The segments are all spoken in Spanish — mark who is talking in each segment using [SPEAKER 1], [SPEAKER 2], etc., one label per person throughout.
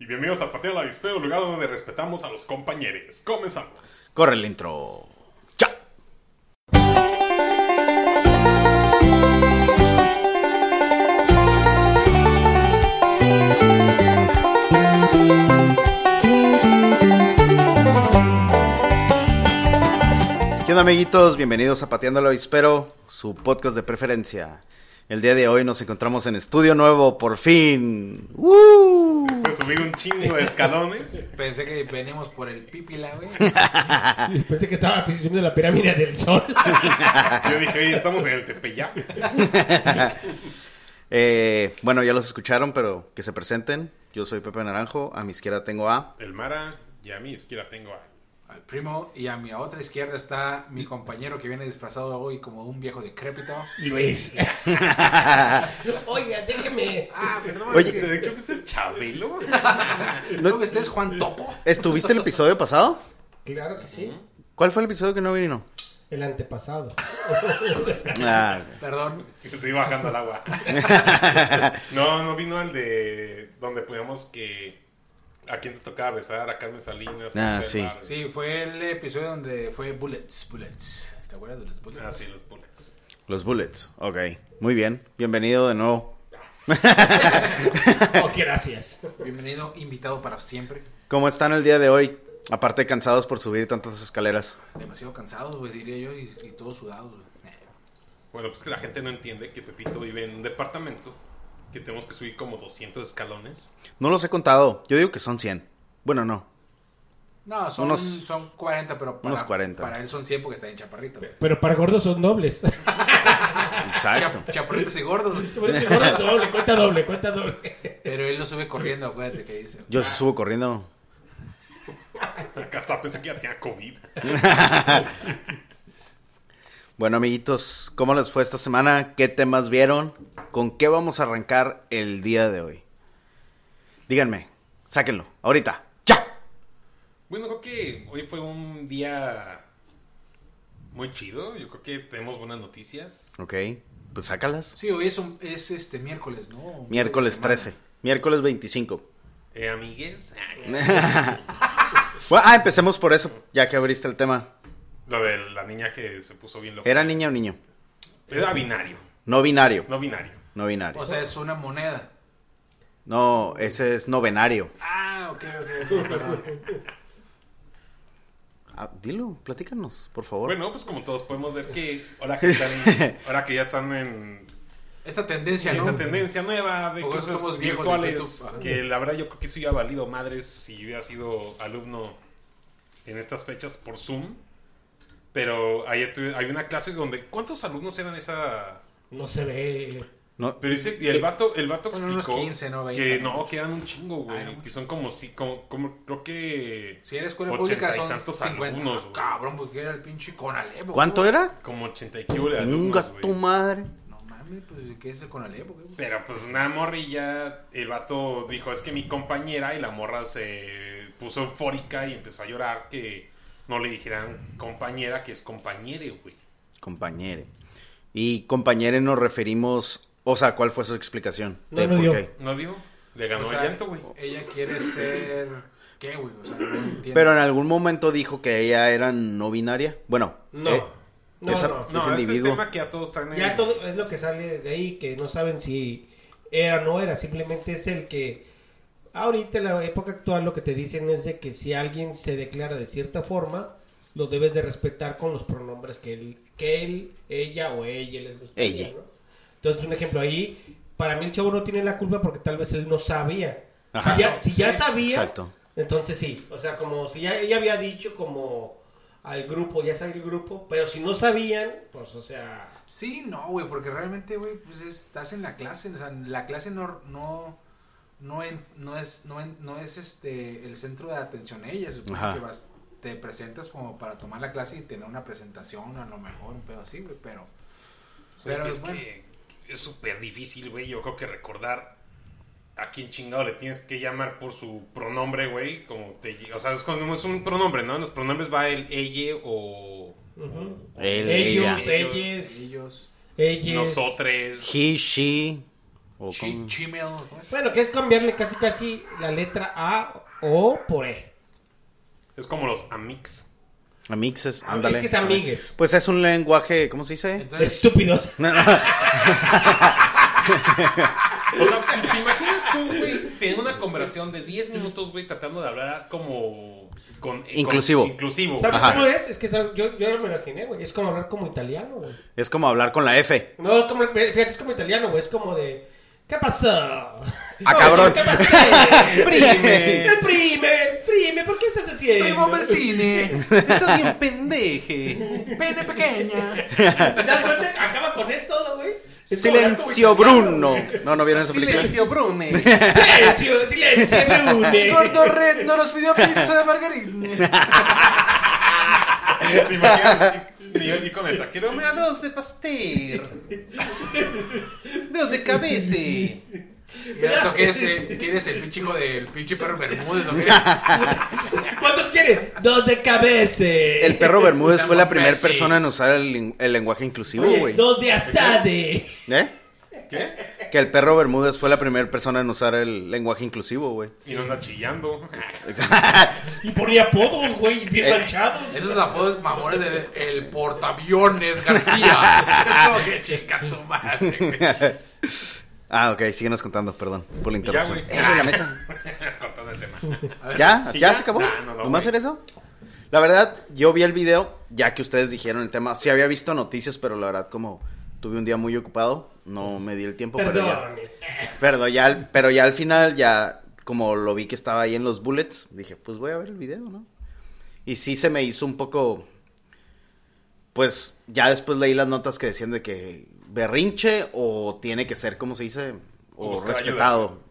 [SPEAKER 1] Y bienvenidos a Pateo la Dispeo, el lugar donde respetamos a los compañeros. Comenzamos.
[SPEAKER 2] Corre el intro. ¡Chao!
[SPEAKER 3] ¿Qué onda amiguitos? Bienvenidos a Pateando el Avispero, su podcast de preferencia. El día de hoy nos encontramos en estudio nuevo, por fin. ¡Woo!
[SPEAKER 1] Después de subir un chingo de escalones.
[SPEAKER 4] Pensé que veníamos por el pipila, güey.
[SPEAKER 5] Pensé que estaba subiendo la pirámide del sol.
[SPEAKER 1] Yo dije, oye, estamos en el Tepeyac.
[SPEAKER 3] Eh, bueno, ya los escucharon, pero que se presenten. Yo soy Pepe Naranjo, a mi izquierda tengo a...
[SPEAKER 1] El Mara y a mi izquierda tengo a...
[SPEAKER 4] Al primo y a mi otra izquierda está mi compañero que viene disfrazado hoy como un viejo decrépito.
[SPEAKER 5] Luis. Oiga, déjeme.
[SPEAKER 4] Ah, perdón,
[SPEAKER 3] Oye.
[SPEAKER 4] es
[SPEAKER 1] Este,
[SPEAKER 4] que-
[SPEAKER 1] De hecho, ¿este es Chabelo?
[SPEAKER 4] no, este es Juan Topo.
[SPEAKER 3] ¿Estuviste el episodio pasado?
[SPEAKER 5] Claro que sí.
[SPEAKER 3] ¿Cuál fue el episodio que no vino?
[SPEAKER 5] El antepasado.
[SPEAKER 3] Ah,
[SPEAKER 4] Perdón.
[SPEAKER 1] Estoy bajando al agua. No, no vino al de donde podíamos que... ¿A quién te tocaba besar? A Carmen Salinas.
[SPEAKER 3] Ah,
[SPEAKER 1] Marcela
[SPEAKER 3] sí.
[SPEAKER 1] Vargas.
[SPEAKER 4] Sí, fue el episodio donde fue Bullets, Bullets. ¿Te acuerdas de los Bullets?
[SPEAKER 1] Ah, sí, los bullets.
[SPEAKER 3] los Bullets. Ok, muy bien. Bienvenido de nuevo.
[SPEAKER 5] Oh, gracias.
[SPEAKER 4] Bienvenido, invitado para siempre.
[SPEAKER 3] ¿Cómo están el día de hoy? Aparte cansados por subir tantas escaleras.
[SPEAKER 4] Demasiado cansados, güey, diría yo, y, y todos sudados, güey.
[SPEAKER 1] Bueno, pues que la gente no entiende que Pepito vive en un departamento que tenemos que subir como 200 escalones.
[SPEAKER 3] No los he contado. Yo digo que son 100. Bueno, no.
[SPEAKER 4] No, son,
[SPEAKER 3] Unos-
[SPEAKER 4] son 40, pero para,
[SPEAKER 3] unos 40.
[SPEAKER 4] para él son 100 porque está bien chaparrito. güey.
[SPEAKER 5] Pero para gordos son nobles.
[SPEAKER 3] Exacto.
[SPEAKER 4] Chap- chaparritos y gordos. güey.
[SPEAKER 5] Por eso gordo es doble, cuenta doble, cuenta doble.
[SPEAKER 4] Pero él lo sube corriendo, acuérdate que dice.
[SPEAKER 3] Yo sí subo corriendo.
[SPEAKER 1] O sea, que hasta pensé que ya tenía COVID.
[SPEAKER 3] Bueno, amiguitos, ¿cómo les fue esta semana? ¿Qué temas vieron? ¿Con qué vamos a arrancar el día de hoy? Díganme, sáquenlo, ahorita, ya.
[SPEAKER 1] Bueno, creo que hoy fue un día muy chido. Yo creo que tenemos buenas noticias.
[SPEAKER 3] Ok, pues sácalas.
[SPEAKER 4] Sí, hoy es, un- es este miércoles, ¿no?
[SPEAKER 3] Miércoles
[SPEAKER 4] Semana.
[SPEAKER 3] 13, miércoles 25.
[SPEAKER 1] Eh, amigues,
[SPEAKER 3] Bueno, ah, empecemos por eso, ya que abriste el tema.
[SPEAKER 1] lo de la niña que se puso bien loca.
[SPEAKER 3] ¿Era niña o niño?
[SPEAKER 1] Era binario,
[SPEAKER 3] No binario.
[SPEAKER 1] no binario.
[SPEAKER 3] No binario.
[SPEAKER 4] O sea, es una moneda.
[SPEAKER 3] No, ese es no binario.
[SPEAKER 4] Ah, ok, ok. perdón.
[SPEAKER 3] Ah, dilo, platícanos, por favor.
[SPEAKER 1] Bueno, pues como todos podemos ver que ahora que, están- ahora que ya están en
[SPEAKER 4] Esta tendencia, ¿no?
[SPEAKER 1] esa tendencia nueva de
[SPEAKER 4] Porque
[SPEAKER 1] cosas
[SPEAKER 4] somos viejos de
[SPEAKER 1] virtuales,
[SPEAKER 4] YouTube. Ajá.
[SPEAKER 1] que la verdad yo creo que eso ya ha valido madres si yo hubiera sido alumno en estas fechas por Zoom. Pero ahí estuve- hay una clase donde... ¿Cuántos alumnos eran esa...?
[SPEAKER 5] No se ve.
[SPEAKER 3] No,
[SPEAKER 1] Pero dice, y el vato, el vato
[SPEAKER 4] Eh, Bueno, unos
[SPEAKER 1] explicó
[SPEAKER 4] 15, ¿no? 20,
[SPEAKER 1] que
[SPEAKER 4] ¿no?
[SPEAKER 1] no, que eran un chingo, güey.
[SPEAKER 4] Ah, no.
[SPEAKER 1] que son como si, como, como- creo que
[SPEAKER 4] Si era escuela
[SPEAKER 1] 80
[SPEAKER 4] pública
[SPEAKER 1] y
[SPEAKER 4] son
[SPEAKER 1] tantos
[SPEAKER 4] 50.
[SPEAKER 1] alumnos,
[SPEAKER 4] Ah,
[SPEAKER 1] güey.
[SPEAKER 4] cabrón, porque era el pinche Conalebo.
[SPEAKER 3] ¿Cuánto
[SPEAKER 4] güey.
[SPEAKER 3] era?
[SPEAKER 1] como 80 y kibo de
[SPEAKER 3] Un
[SPEAKER 1] alumnos,
[SPEAKER 3] gato
[SPEAKER 1] güey.
[SPEAKER 3] madre.
[SPEAKER 4] No mames, pues ¿qué es el Conalebo? güey?
[SPEAKER 1] Pero pues una morrilla, el vato dijo, es que mi compañera y la morra se puso eufórica y empezó a llorar que no le dijeran compañera, que es compañere, güey.
[SPEAKER 3] Compañere. Y compañere nos referimos, o sea, ¿cuál fue su explicación?
[SPEAKER 5] No lo dio.
[SPEAKER 1] ¿No digo? Le ganó
[SPEAKER 4] O sea,
[SPEAKER 1] el llanto, güey.
[SPEAKER 4] Ella quiere ser. ¿Qué, güey? O sea, no entiendo.
[SPEAKER 3] Pero en algún momento dijo que ella era no binaria. Bueno,
[SPEAKER 5] No.
[SPEAKER 3] eh,
[SPEAKER 5] No,
[SPEAKER 3] esa-
[SPEAKER 5] no.
[SPEAKER 1] No,
[SPEAKER 3] ese
[SPEAKER 1] es el
[SPEAKER 3] individuo.
[SPEAKER 1] tema que a todos están en...
[SPEAKER 5] Ya todo es lo que sale de ahí, que no saben si era o no era. Simplemente es el que. Ahorita en la época actual lo que te dicen es de que si alguien se declara de cierta forma, lo debes de respetar con los pronombres que él, que él ella o ella les gusta.
[SPEAKER 3] Ella.
[SPEAKER 5] Entonces, un ejemplo ahí, para mí el chavo no tiene la culpa porque tal vez él no sabía.
[SPEAKER 3] Ajá.
[SPEAKER 5] Si ya, si ya sabía,
[SPEAKER 3] exacto.
[SPEAKER 5] entonces sí. O sea, como si ya ella había dicho como al grupo, ya sabía el grupo, pero si no sabían, pues o sea...
[SPEAKER 4] Sí, no, güey, porque realmente, güey, pues es- estás en la clase, o sea, la clase no, no, no, en- no es, no, en- no es este, el centro de atención ella. Supongo
[SPEAKER 3] Ajá.
[SPEAKER 4] que vas, te presentas como para tomar la clase y tener una presentación, a lo mejor un pedo así, güey, pero... Pero
[SPEAKER 1] es
[SPEAKER 4] bueno.
[SPEAKER 1] que es súper difícil, güey. Yo creo que recordar a quién chingado le tienes que llamar por su pronombre, güey. Como te, lle- o sea, es como es un pronombre, ¿no? En los pronombres va el ella o
[SPEAKER 5] Ujú.
[SPEAKER 3] Él,
[SPEAKER 5] Ellos,
[SPEAKER 3] ella.
[SPEAKER 1] Ellos,
[SPEAKER 5] ellos,
[SPEAKER 4] Ellos...
[SPEAKER 5] ellas.
[SPEAKER 1] nosotros.
[SPEAKER 3] He, she. O
[SPEAKER 4] Chi-
[SPEAKER 3] con-
[SPEAKER 4] Chimel, ¿cómo
[SPEAKER 1] Pues,
[SPEAKER 4] es?
[SPEAKER 5] Bueno, que es cambiarle casi casi la letra A o por E.
[SPEAKER 1] Es como los amix.
[SPEAKER 3] Amixes.
[SPEAKER 5] Ah,
[SPEAKER 3] Ándale.
[SPEAKER 5] es que es amigues.
[SPEAKER 3] Pues es un lenguaje, ¿cómo se dice?
[SPEAKER 4] Entonces,
[SPEAKER 5] Estúpidos.
[SPEAKER 1] O sea, ¿te- ¿te imaginas tú, güey, tener una conversación de 10 minutos, güey, tratando de hablar como... Con, eh, con-
[SPEAKER 3] Inclusivo.
[SPEAKER 1] inclusivo.
[SPEAKER 5] ¿Sabes
[SPEAKER 3] Ajá.
[SPEAKER 5] cómo es? Es que es algo- yo, yo me lo imaginé, güey. Es como hablar como italiano, güey.
[SPEAKER 3] Es como hablar con la F.
[SPEAKER 5] No, es como, fíjate, es como italiano, güey. Es como de. ¿Qué pasó? Ah,
[SPEAKER 3] cabrón.
[SPEAKER 5] ¿Qué pasó? Prime, prime, prime, ¿por qué estás haciendo?
[SPEAKER 4] Primo Mancini, estás bien pendeje, pene pequeña.
[SPEAKER 5] ¿Te das cuenta? Acaba con él todo, güey. Es como hablar como
[SPEAKER 3] Silencio
[SPEAKER 5] italiano,
[SPEAKER 3] Bruno.
[SPEAKER 5] güey.
[SPEAKER 3] No, no vieron esa película.
[SPEAKER 4] Silencio Brune.
[SPEAKER 5] Silencio, silencio, Bruno.
[SPEAKER 4] Gordo Red no nos pidió pizza de margarina.
[SPEAKER 1] ¿Te imaginas? Y, y- y con el taquero me da
[SPEAKER 4] dos de pastel. Dos de cabeza. ¿Y esto qué es? eh? ¿Quién es el pinche hijo del pinche perro Bermúdez o qué?
[SPEAKER 5] ¿Cuántos quieres? Dos de cabeza.
[SPEAKER 3] El perro Bermúdez
[SPEAKER 4] San
[SPEAKER 3] fue la
[SPEAKER 4] Juan
[SPEAKER 3] primera
[SPEAKER 4] Pérez, sí.
[SPEAKER 3] persona en usar el, lin- el lenguaje inclusivo,
[SPEAKER 5] Oye,
[SPEAKER 3] güey.
[SPEAKER 5] Dos de asade.
[SPEAKER 3] ¿Eh?
[SPEAKER 1] ¿Qué?
[SPEAKER 3] Que el perro Bermúdez fue la primera persona en usar el lenguaje inclusivo, güey.
[SPEAKER 1] Y no anda chillando.
[SPEAKER 5] Y ponía apodos, güey, bien manchados.
[SPEAKER 4] Esos apodos mamones del el portaaviones García. Eso que checa tu madre. güey.
[SPEAKER 3] Ah, ok, síguenos contando, perdón por la
[SPEAKER 1] Y ya,
[SPEAKER 3] interrupción.
[SPEAKER 1] güey.
[SPEAKER 3] Eh, güey, la mesa.
[SPEAKER 1] Cortando el tema.
[SPEAKER 3] ¿Ya?
[SPEAKER 1] ¿Sí,
[SPEAKER 3] ¿Ya
[SPEAKER 1] ya?
[SPEAKER 3] se acabó?
[SPEAKER 1] No, no, no,
[SPEAKER 3] ¿Nomás
[SPEAKER 1] güey.
[SPEAKER 3] era eso? La verdad, yo vi el video, ya que ustedes dijeron el tema. Sí había visto noticias, pero la verdad, como tuve un día muy ocupado, no me di el tiempo. Pero ya,
[SPEAKER 5] Perdón.
[SPEAKER 3] perdón, ya, al- pero ya al final, ya como lo vi que estaba ahí en los bullets, dije, pues voy a ver el video, ¿no? Y sí se me hizo un poco... Pues ya después leí las notas que decían de que berrinche o tiene que ser, ¿cómo se dice?
[SPEAKER 1] O
[SPEAKER 3] O
[SPEAKER 1] buscar
[SPEAKER 3] respetado.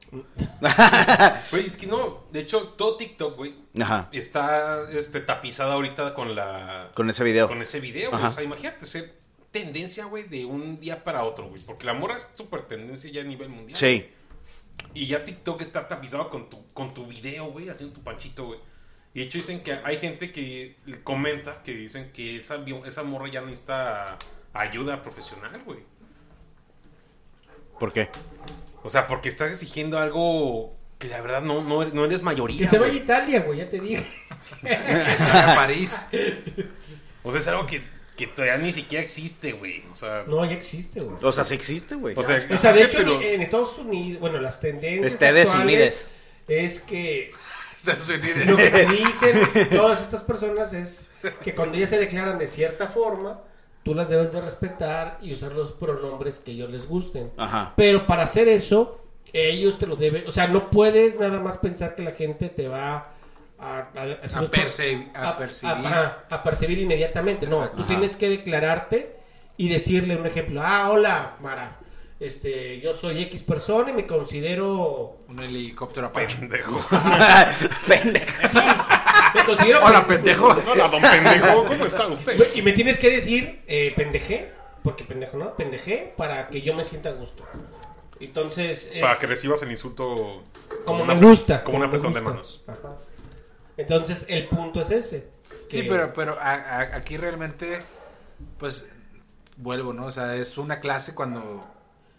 [SPEAKER 1] Güey, es que no. De hecho, todo TikTok, güey,
[SPEAKER 3] Ajá.
[SPEAKER 1] está este, tapizada ahorita con la...
[SPEAKER 3] Con ese video.
[SPEAKER 1] con ese video, güey.
[SPEAKER 3] Ajá.
[SPEAKER 1] O sea, imagínate ser tendencia, güey, de un día para otro, güey. Porque la morra es súper tendencia ya a nivel mundial.
[SPEAKER 3] Sí.
[SPEAKER 1] Y ya TikTok está tapizado con tu, con tu video, güey, haciendo tu panchito, güey. Y de hecho dicen que hay gente que comenta que dicen que esa, bio- esa morra ya necesita ayuda profesional, güey.
[SPEAKER 3] ¿Por qué?
[SPEAKER 1] O sea, porque está exigiendo algo que la verdad no, no, eres, no eres mayoría.
[SPEAKER 5] Que se
[SPEAKER 1] güey.
[SPEAKER 5] vaya a Italia, güey, ya te dije.
[SPEAKER 4] Que se vaya a París.
[SPEAKER 1] O sea, es algo que, que todavía ni siquiera existe, güey. O sea,
[SPEAKER 5] No, ya existe, güey.
[SPEAKER 3] O sea, sí existe, güey.
[SPEAKER 1] o sea,
[SPEAKER 5] O sea, de
[SPEAKER 1] existe,
[SPEAKER 5] hecho, eh,
[SPEAKER 1] pero-
[SPEAKER 5] en Estados Unidos, bueno, las tendencias
[SPEAKER 3] Estados
[SPEAKER 5] actuales
[SPEAKER 3] Unidos.
[SPEAKER 5] es que
[SPEAKER 4] Estados
[SPEAKER 5] lo
[SPEAKER 4] Unidos.
[SPEAKER 5] que dicen todas estas personas es que cuando ellas se declaran de cierta forma, tú las debes de respetar y usar los pronombres que ellos les gusten.
[SPEAKER 3] Ajá.
[SPEAKER 5] Pero para hacer eso, ellos te lo deben, o sea, no puedes nada más pensar que la gente te va a, a- a-
[SPEAKER 4] perci- a percibir.
[SPEAKER 5] ajá, a percibir inmediatamente. No,
[SPEAKER 4] Exacto.
[SPEAKER 5] tú
[SPEAKER 3] Ajá.
[SPEAKER 5] tienes que declararte y decirle un ejemplo, ah, hola, Mara, este, yo soy X persona y me considero
[SPEAKER 4] Un helicóptero Apache.
[SPEAKER 1] Pendejo.
[SPEAKER 3] Pendejo.
[SPEAKER 5] me considero
[SPEAKER 4] Hola, pendejo.
[SPEAKER 1] Hola, don pendejo, ¿cómo está usted?
[SPEAKER 5] Y me tienes que decir eh, pendejé, porque pendejo no, pendejé para que yo me sienta a gusto. Entonces, es
[SPEAKER 1] Para que recibas el insulto
[SPEAKER 5] como
[SPEAKER 1] una-
[SPEAKER 5] me gusta.
[SPEAKER 1] Como un
[SPEAKER 5] me
[SPEAKER 1] apretón de
[SPEAKER 5] gusta.
[SPEAKER 1] manos.
[SPEAKER 5] Ajá. Entonces, el punto es ese.
[SPEAKER 4] Sí,
[SPEAKER 5] que-
[SPEAKER 4] pero, pero a- a- aquí realmente, pues, vuelvo, ¿no? O sea, es una clase cuando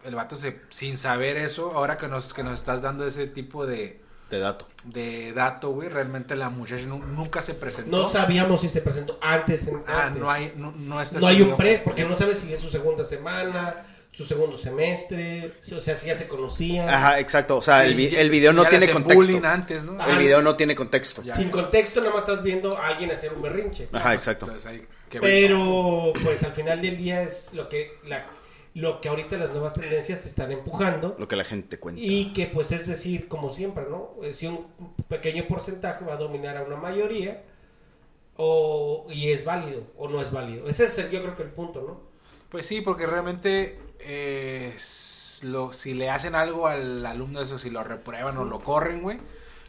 [SPEAKER 4] el vato se, sin saber eso, ahora que nos, que nos estás dando ese tipo de,
[SPEAKER 3] Te dato.
[SPEAKER 4] de dato, güey, realmente la muchacha nu- nunca se presentó.
[SPEAKER 5] No sabíamos si se presentó antes. en-
[SPEAKER 4] Ah,
[SPEAKER 5] antes.
[SPEAKER 4] no hay, este no, no está
[SPEAKER 5] No hay
[SPEAKER 4] seguro.
[SPEAKER 5] un pre, porque no sabes si es su segunda semana, su segundo semestre, si- o sea, si ya se conocían.
[SPEAKER 3] Ajá, exacto. O sea,
[SPEAKER 4] Sí,
[SPEAKER 3] el, vi-
[SPEAKER 4] ya-
[SPEAKER 3] el video
[SPEAKER 4] sí,
[SPEAKER 3] no
[SPEAKER 4] ya le
[SPEAKER 3] tiene
[SPEAKER 4] hacen
[SPEAKER 3] contexto.
[SPEAKER 4] bullying antes, ¿no?
[SPEAKER 5] Ah,
[SPEAKER 3] El video no tiene contexto.
[SPEAKER 4] Ya.
[SPEAKER 5] Sin contexto, nada más estás viendo a alguien hacer un berrinche.
[SPEAKER 3] Ajá, exacto.
[SPEAKER 4] Entonces, pues, ahí, qué bueno.
[SPEAKER 5] Pero pues al final del día es lo que la, lo que ahorita las nuevas tendencias te están empujando
[SPEAKER 3] Lo que la gente cuenta.
[SPEAKER 5] y que pues es decir, como siempre, ¿no? Eh, Si un pequeño porcentaje va a dominar a una mayoría o y es válido o no es válido. Ese es el- yo creo que el punto, ¿no?
[SPEAKER 4] Pues sí, porque realmente eh, s- lo, si le hacen algo al alumno eso, si lo reprueban o lo corren, güey,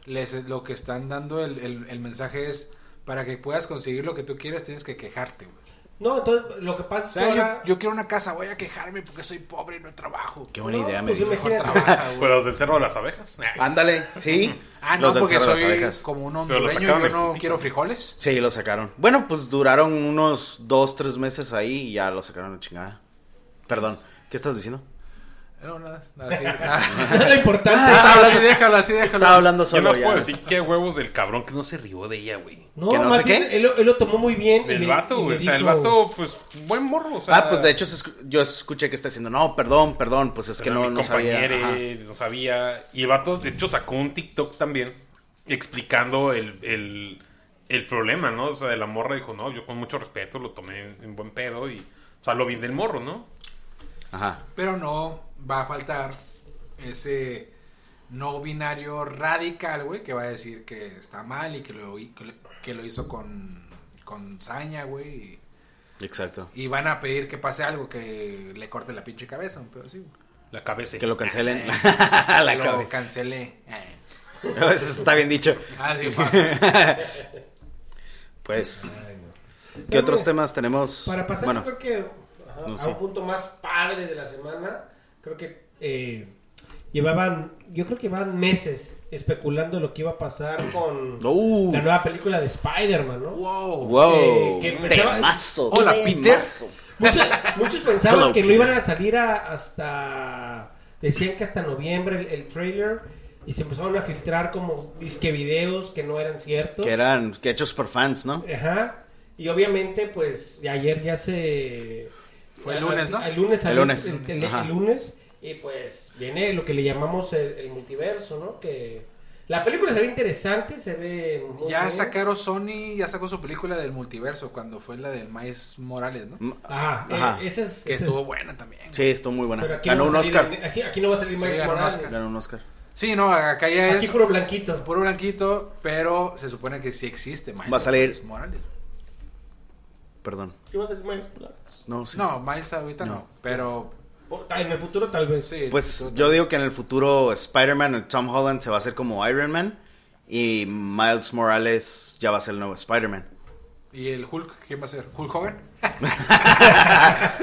[SPEAKER 4] les, lo que están dando el, el- el mensaje es para que puedas conseguir lo que tú quieres tienes que quejarte, güey.
[SPEAKER 5] No, entonces lo que pasa
[SPEAKER 4] O
[SPEAKER 5] es
[SPEAKER 4] sea,
[SPEAKER 5] que ahora...
[SPEAKER 4] yo, yo quiero una casa, voy a quejarme porque soy pobre y no trabajo.
[SPEAKER 3] Qué buena
[SPEAKER 5] No,
[SPEAKER 3] idea, me
[SPEAKER 5] pues
[SPEAKER 3] diste.
[SPEAKER 4] Mejor
[SPEAKER 5] imagínate.
[SPEAKER 4] trabaja,
[SPEAKER 1] Pero
[SPEAKER 4] güey.
[SPEAKER 1] los del Cerro de las Abejas.
[SPEAKER 3] Ah,
[SPEAKER 1] Nah.
[SPEAKER 3] Ándale, sí.
[SPEAKER 4] Ah, no,
[SPEAKER 3] del
[SPEAKER 4] porque
[SPEAKER 3] Cerro de las
[SPEAKER 4] soy
[SPEAKER 3] Abejas.
[SPEAKER 4] como un
[SPEAKER 1] Pero lo
[SPEAKER 4] hondureño,
[SPEAKER 1] sacaron
[SPEAKER 4] yo
[SPEAKER 1] de
[SPEAKER 4] no
[SPEAKER 1] putiza.
[SPEAKER 4] quiero frijoles.
[SPEAKER 3] Sí, lo sacaron. Bueno, pues duraron unos dos, tres meses ahí y ya lo sacaron la chingada. Perdón, ¿qué estás diciendo?
[SPEAKER 4] No, nada, nada, Ah, sí, nada.
[SPEAKER 5] Lo importante
[SPEAKER 3] Ah,
[SPEAKER 4] Déjalo así, déjalo así,
[SPEAKER 3] Estaba
[SPEAKER 4] déjalo.
[SPEAKER 3] hablando
[SPEAKER 1] Yo
[SPEAKER 3] solo
[SPEAKER 1] no
[SPEAKER 3] ya.
[SPEAKER 1] puedo decir qué huevos del cabrón que no se rió de ella, güey.
[SPEAKER 5] No,
[SPEAKER 3] Que no
[SPEAKER 5] más
[SPEAKER 3] sé
[SPEAKER 5] bien,
[SPEAKER 3] qué.
[SPEAKER 5] Él, lo- él lo tomó muy bien. y
[SPEAKER 1] El
[SPEAKER 5] le- y
[SPEAKER 1] vato,
[SPEAKER 5] le
[SPEAKER 1] güey. O sea, el
[SPEAKER 5] dijo,
[SPEAKER 1] vato, pues, buen morro. O sea,
[SPEAKER 3] Ah, pues de hecho se escu- yo escuché que está diciendo, no, perdón, perdón, pues es que
[SPEAKER 1] era
[SPEAKER 3] no,
[SPEAKER 1] mi
[SPEAKER 3] no sabía.
[SPEAKER 1] compañero,
[SPEAKER 3] Ajá.
[SPEAKER 1] no sabía. Y el vato, de hecho, sacó un TikTok también explicando el, el, el problema, ¿no? O sea, de la morra dijo, no, yo con mucho respeto lo tomé en, en buen pedo y, o sea, lo vi del morro, ¿no?
[SPEAKER 3] Ajá.
[SPEAKER 4] Pero no va a faltar ese no binario radical, güey, que va a decir que está mal y que lo, hi- que lo- que lo hizo con, con saña, güey. Y,
[SPEAKER 3] Exacto.
[SPEAKER 4] y van a pedir que pase algo, que le corte la pinche cabeza, un pedo así. güey.
[SPEAKER 1] La cabeza.
[SPEAKER 3] Que lo cancelen.
[SPEAKER 4] Que
[SPEAKER 3] la
[SPEAKER 4] lo
[SPEAKER 3] cabeza.
[SPEAKER 4] cancelé. Eh.
[SPEAKER 3] Eso está bien dicho.
[SPEAKER 4] Ah, sí, pa.
[SPEAKER 3] Pues, ¿qué
[SPEAKER 5] Pero
[SPEAKER 3] otros
[SPEAKER 5] mira,
[SPEAKER 3] temas tenemos?
[SPEAKER 5] Para pasar,
[SPEAKER 3] bueno,
[SPEAKER 5] yo creo que ajá,
[SPEAKER 3] no
[SPEAKER 5] a
[SPEAKER 3] sé.
[SPEAKER 5] un punto más padre de la semana, creo que eh, llevaban, yo creo que llevaban meses especulando lo que iba a pasar con
[SPEAKER 3] Uh.
[SPEAKER 5] la nueva película de Spider-Man, ¿no?
[SPEAKER 4] wow.
[SPEAKER 5] Eh,
[SPEAKER 3] wow.
[SPEAKER 5] que empezaba-
[SPEAKER 3] Temazo.
[SPEAKER 4] Hola, Peter.
[SPEAKER 3] temazo.
[SPEAKER 5] Muchos, muchos pensaban
[SPEAKER 3] Hello,
[SPEAKER 5] que no
[SPEAKER 3] Peter.
[SPEAKER 5] iban a salir a- hasta. Decían que hasta noviembre el, el trailer. Y se empezaron a filtrar como disque videos que no eran ciertos.
[SPEAKER 3] Que eran que hechos por fans, ¿no?
[SPEAKER 5] Eh, Ajá. Y obviamente, pues ayer ya se.
[SPEAKER 4] Fue el lunes, ¿no?
[SPEAKER 5] El lunes,
[SPEAKER 3] El
[SPEAKER 5] salió
[SPEAKER 3] lunes.
[SPEAKER 5] el- el- el
[SPEAKER 3] Ajá.
[SPEAKER 5] lunes, Y pues viene lo que le llamamos el, el multiverso, ¿no? Que. La película se ve interesante, se ve. muy
[SPEAKER 4] Ya
[SPEAKER 5] bien.
[SPEAKER 4] sacaron Sony, ya sacó su película del multiverso, cuando fue la del Maes Morales, ¿no?
[SPEAKER 3] Mm,
[SPEAKER 5] Ajá. eh,
[SPEAKER 3] Ajá.
[SPEAKER 5] esa es.
[SPEAKER 4] Que
[SPEAKER 5] esa-
[SPEAKER 4] estuvo buena también.
[SPEAKER 3] Sí, estuvo muy buena.
[SPEAKER 5] pero aquí
[SPEAKER 3] Ganó
[SPEAKER 5] no
[SPEAKER 3] un
[SPEAKER 5] va a salir-
[SPEAKER 3] Oscar.
[SPEAKER 5] aquí, aquí no va a salir
[SPEAKER 4] Sí,
[SPEAKER 5] Miles
[SPEAKER 4] ganó un
[SPEAKER 5] Morales.
[SPEAKER 4] Oscar.
[SPEAKER 3] Ganó un Oscar.
[SPEAKER 4] Sí, no, acá ya
[SPEAKER 5] Aquí
[SPEAKER 4] es
[SPEAKER 5] puro blanquito.
[SPEAKER 4] puro blanquito, pero se supone que sí existe Miles
[SPEAKER 3] Va a salir-
[SPEAKER 4] Morales, Morales.
[SPEAKER 3] Perdón.
[SPEAKER 5] ¿Qué va a salir Miles Morales?
[SPEAKER 3] No, sí.
[SPEAKER 4] No, Miles ahorita no,
[SPEAKER 3] No.
[SPEAKER 4] pero
[SPEAKER 5] O- ah, En el futuro tal vez.
[SPEAKER 4] sí.
[SPEAKER 3] Pues
[SPEAKER 4] tú-
[SPEAKER 3] yo digo que en el futuro Spider-Man, el Tom Holland se va a hacer como Iron Man y Miles Morales ya va a ser el nuevo Spider-Man.
[SPEAKER 4] ¿Y el Hulk quién va a ser? ¿Hulk Hogan?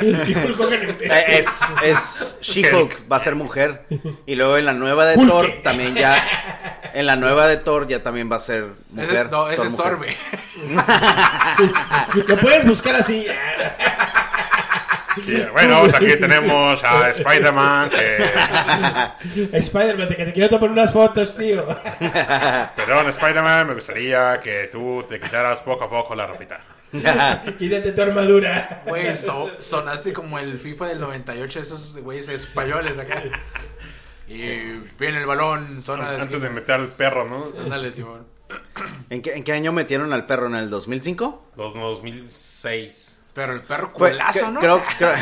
[SPEAKER 5] Y Hulk Hogan en-
[SPEAKER 3] Eh, Es, es She-Hulk, va a ser mujer. Y luego en la nueva de Thor
[SPEAKER 5] Hulk.
[SPEAKER 3] también ya. En la nueva de Thor ya también va a ser
[SPEAKER 4] Ese-
[SPEAKER 3] mujer.
[SPEAKER 4] no, ese
[SPEAKER 3] Thor
[SPEAKER 4] es
[SPEAKER 3] mujer.
[SPEAKER 4] Thor, güey.
[SPEAKER 5] Lo puedes buscar así. ah,
[SPEAKER 1] Sí, bueno, pues aquí tenemos a Spider-Man, que-
[SPEAKER 5] Spider-Man, que te quiero tomar unas fotos, tío.
[SPEAKER 1] Perdón, Spider-Man, me gustaría que tú te quitaras poco a poco la ropita.
[SPEAKER 5] Quítate tu armadura.
[SPEAKER 4] Güey, so- sonaste como el FIFA del 98, esos güeyes españoles acá. Y viene el balón, zona de...
[SPEAKER 1] Ah, Antes de meter al perro, ¿no?
[SPEAKER 4] Ándale, Simón.
[SPEAKER 3] ¿En qué, en qué año metieron al perro? ¿En el 2005?
[SPEAKER 1] Los 2006.
[SPEAKER 4] Pero el perro
[SPEAKER 3] Fue,
[SPEAKER 4] culazo,
[SPEAKER 3] cre-
[SPEAKER 4] ¿no?
[SPEAKER 3] Creo, creo,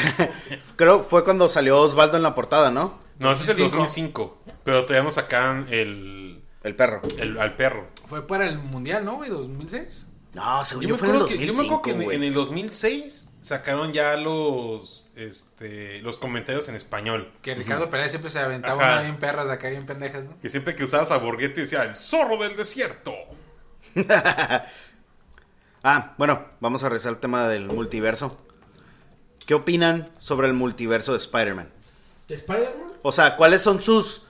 [SPEAKER 3] creo fue cuando salió Osvaldo en la portada, ¿no?
[SPEAKER 1] No, ese es el
[SPEAKER 4] 2005.
[SPEAKER 1] 2005. Pero todavía no sacan el,
[SPEAKER 3] El perro.
[SPEAKER 1] el- al perro.
[SPEAKER 4] Fue para el Mundial, ¿no, güey? ¿2006?
[SPEAKER 3] No, según
[SPEAKER 1] Yo,
[SPEAKER 3] yo,
[SPEAKER 1] me
[SPEAKER 3] fue en el
[SPEAKER 1] acuerdo que, yo me
[SPEAKER 3] 2005,
[SPEAKER 1] acuerdo que en,
[SPEAKER 3] güey.
[SPEAKER 1] en el 2006 sacaron ya los este, los comentarios en español.
[SPEAKER 4] Que Ricardo Pérez siempre se aventaba
[SPEAKER 1] Ajá.
[SPEAKER 4] una bien perras de acá, bien pendejas, ¿no?
[SPEAKER 1] Que siempre que usabas a Borghetti decía, el zorro del desierto.
[SPEAKER 3] Ah, bueno, vamos a regresar al tema del multiverso. ¿Qué opinan sobre el multiverso de Spider-Man?
[SPEAKER 5] Spider-Man.
[SPEAKER 3] O sea, ¿cuáles son sus,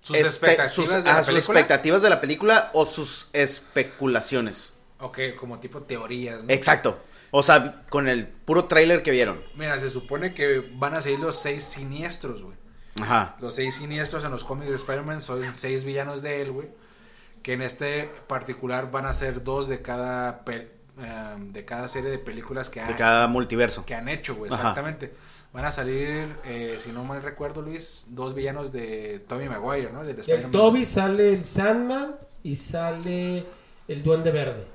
[SPEAKER 4] Sus
[SPEAKER 3] espe-
[SPEAKER 4] expectativas
[SPEAKER 3] sus-
[SPEAKER 4] de la
[SPEAKER 3] ajá, sus
[SPEAKER 4] película.
[SPEAKER 3] expectativas de la película o sus especulaciones?
[SPEAKER 4] Ok, como tipo teorías, ¿no?
[SPEAKER 3] Exacto. O sea, con el puro tráiler que vieron.
[SPEAKER 4] Mira, se supone que van a seguir los seis siniestros, güey.
[SPEAKER 3] Ajá.
[SPEAKER 4] Los seis siniestros en los cómics de Spider-Man son seis villanos de él, güey. Que en este particular van a ser dos de cada pe- eh, de cada serie de películas que,
[SPEAKER 3] De
[SPEAKER 4] han-
[SPEAKER 3] cada multiverso.
[SPEAKER 4] que han hecho, güey.
[SPEAKER 3] Ajá.
[SPEAKER 4] Exactamente. Van a salir, eh, si no mal recuerdo, Luis, dos villanos de Tommy Maguire, ¿no? Del
[SPEAKER 5] El
[SPEAKER 4] Spider-Man.
[SPEAKER 5] Toby sale el Sandman y sale el Duende Verde.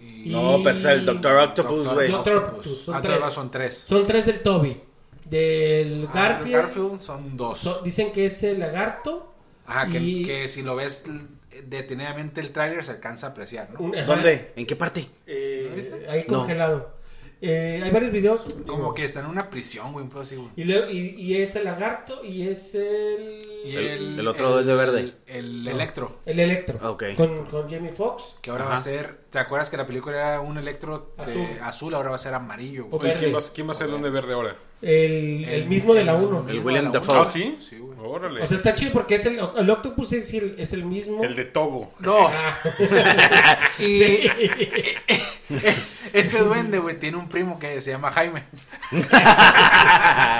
[SPEAKER 4] Y...
[SPEAKER 3] No, pero es el Doctor Octopus,
[SPEAKER 4] Doctor
[SPEAKER 3] güey.
[SPEAKER 5] Doctor
[SPEAKER 4] Octopus.
[SPEAKER 5] Octopus, son
[SPEAKER 4] Ah, todavía
[SPEAKER 5] tres.
[SPEAKER 4] son tres.
[SPEAKER 5] Son tres del Toby. Del
[SPEAKER 4] Ah,
[SPEAKER 5] Garfield.
[SPEAKER 4] Garfield son dos.
[SPEAKER 5] so- dicen que es el lagarto.
[SPEAKER 4] Ajá, que,
[SPEAKER 5] y-
[SPEAKER 4] que si lo ves l- detenidamente el tráiler se alcanza a apreciar, ¿no?
[SPEAKER 5] un- ajá,
[SPEAKER 3] ¿Dónde? ¿En qué parte?
[SPEAKER 5] eh,
[SPEAKER 4] ¿Lo viste?
[SPEAKER 5] ahí
[SPEAKER 3] No.
[SPEAKER 5] congelado. Eh, hay varios videos.
[SPEAKER 4] Como que está en una prisión, güey, un pedo así, güey.
[SPEAKER 5] Y, luego- y- y es el lagarto y es el.
[SPEAKER 4] Y
[SPEAKER 3] El- el otro Duende Verde.
[SPEAKER 4] El, Electro.
[SPEAKER 5] El Electro.
[SPEAKER 3] Ah, ok.
[SPEAKER 5] Con, con Jamie Foxx.
[SPEAKER 4] Que ahora
[SPEAKER 3] Ajá.
[SPEAKER 4] va a ser. ¿Te acuerdas que la película era un Electro de-
[SPEAKER 5] Azul.
[SPEAKER 4] azul. ahora va a ser amarillo, güey?
[SPEAKER 1] Oye, ¿quién
[SPEAKER 5] Verde.
[SPEAKER 1] va, quién va a ser el Duende Verde ahora?
[SPEAKER 5] El, el mismo de la 1.
[SPEAKER 3] el
[SPEAKER 4] mismo
[SPEAKER 3] William
[SPEAKER 4] de la
[SPEAKER 3] Dafoe.
[SPEAKER 4] uno.
[SPEAKER 1] ¿Ah, sí?
[SPEAKER 4] Sí, güey.
[SPEAKER 1] Órale.
[SPEAKER 5] O sea, está chido porque es el, el Octopus es el, es el mismo.
[SPEAKER 1] el de Togo.
[SPEAKER 4] No,
[SPEAKER 5] Ah,
[SPEAKER 4] y ese duende, güey, tiene un primo que se llama Jaime.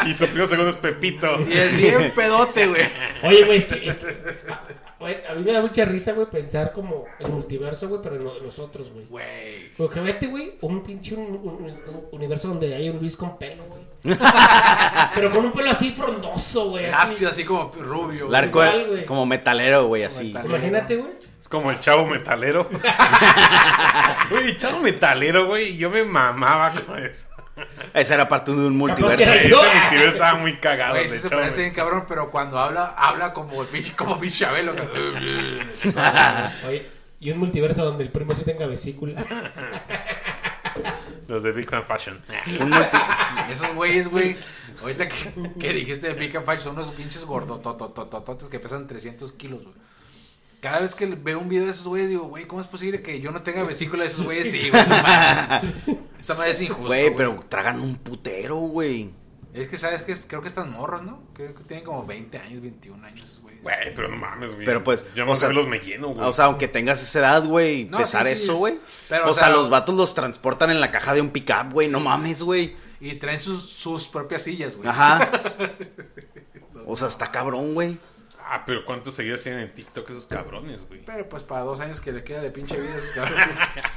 [SPEAKER 1] Y su primo segundo es Pepito.
[SPEAKER 4] Y es bien pedote, güey.
[SPEAKER 5] Oye, güey, es que. es que- ah, güey, a mí me da mucha risa, güey, pensar como el multiverso, güey, pero no- nosotros, güey.
[SPEAKER 4] Güey.
[SPEAKER 5] Porque vete, güey, un pinche un- un- un universo donde hay un Luis con pelo, güey. pero con un pelo así frondoso, güey. así.
[SPEAKER 4] Lacio, así como rubio. güey.
[SPEAKER 3] Largo,
[SPEAKER 5] Igual, güey.
[SPEAKER 3] como metalero, güey, así.
[SPEAKER 4] Metalero.
[SPEAKER 5] Imagínate, güey.
[SPEAKER 1] Es como el chavo metalero. Güey, chavo metalero, güey. Yo me mamaba con eso.
[SPEAKER 3] Esa era parte de un
[SPEAKER 5] que
[SPEAKER 3] multiverso.
[SPEAKER 5] era-
[SPEAKER 1] Ese
[SPEAKER 5] yo-
[SPEAKER 1] multiverso estaba muy cagado.
[SPEAKER 4] Güey,
[SPEAKER 1] el
[SPEAKER 4] sí
[SPEAKER 1] de
[SPEAKER 4] se
[SPEAKER 1] chavo
[SPEAKER 4] parece bien cabrón, pero cuando habla, habla como el pinche, como pinche Chabelo. que-
[SPEAKER 5] Oye, y un multiverso donde el primo sí tenga vesícula.
[SPEAKER 1] metalero. Los de Big Fan Fashion.
[SPEAKER 3] Un multi-
[SPEAKER 4] Esos güeyes, güey. Ahorita que, que dijiste de Big and Fat, son unos pinches gordotototototes que pesan 300 kilos, güey. Cada vez que veo un video de esos güeyes, digo, güey, ¿cómo es posible que yo no tenga vesícula de esos güeyes? Sí, güey, no mames. Esa madre es injusta.
[SPEAKER 3] Güey, pero tragan un putero, güey.
[SPEAKER 4] Es que, ¿sabes que Creo que están morros, ¿no? Creo que tienen como 20 años, 21 años, esos güeyes.
[SPEAKER 1] Güey, pero no mames, güey.
[SPEAKER 3] Pero pues,
[SPEAKER 1] Yo
[SPEAKER 3] o
[SPEAKER 1] no
[SPEAKER 3] sea-
[SPEAKER 1] sé, los me lleno, güey.
[SPEAKER 3] O sea, aunque tengas esa edad, güey,
[SPEAKER 4] No,
[SPEAKER 3] pesar
[SPEAKER 4] sí, sí,
[SPEAKER 3] eso,
[SPEAKER 4] es-
[SPEAKER 3] güey.
[SPEAKER 4] pero,
[SPEAKER 3] o
[SPEAKER 4] o
[SPEAKER 3] sea,
[SPEAKER 4] sea-
[SPEAKER 3] los vatos los transportan en la caja de un pickup, güey. No mames, güey.
[SPEAKER 4] Y traen sus, sus propias sillas, güey.
[SPEAKER 3] Ajá. O sea, está cabrón, güey.
[SPEAKER 1] Ah, pero ¿cuántos seguidores tienen en TikTok esos cabrones, güey?
[SPEAKER 4] Pero pues para dos años que le queda de pinche vida a esos cabrones.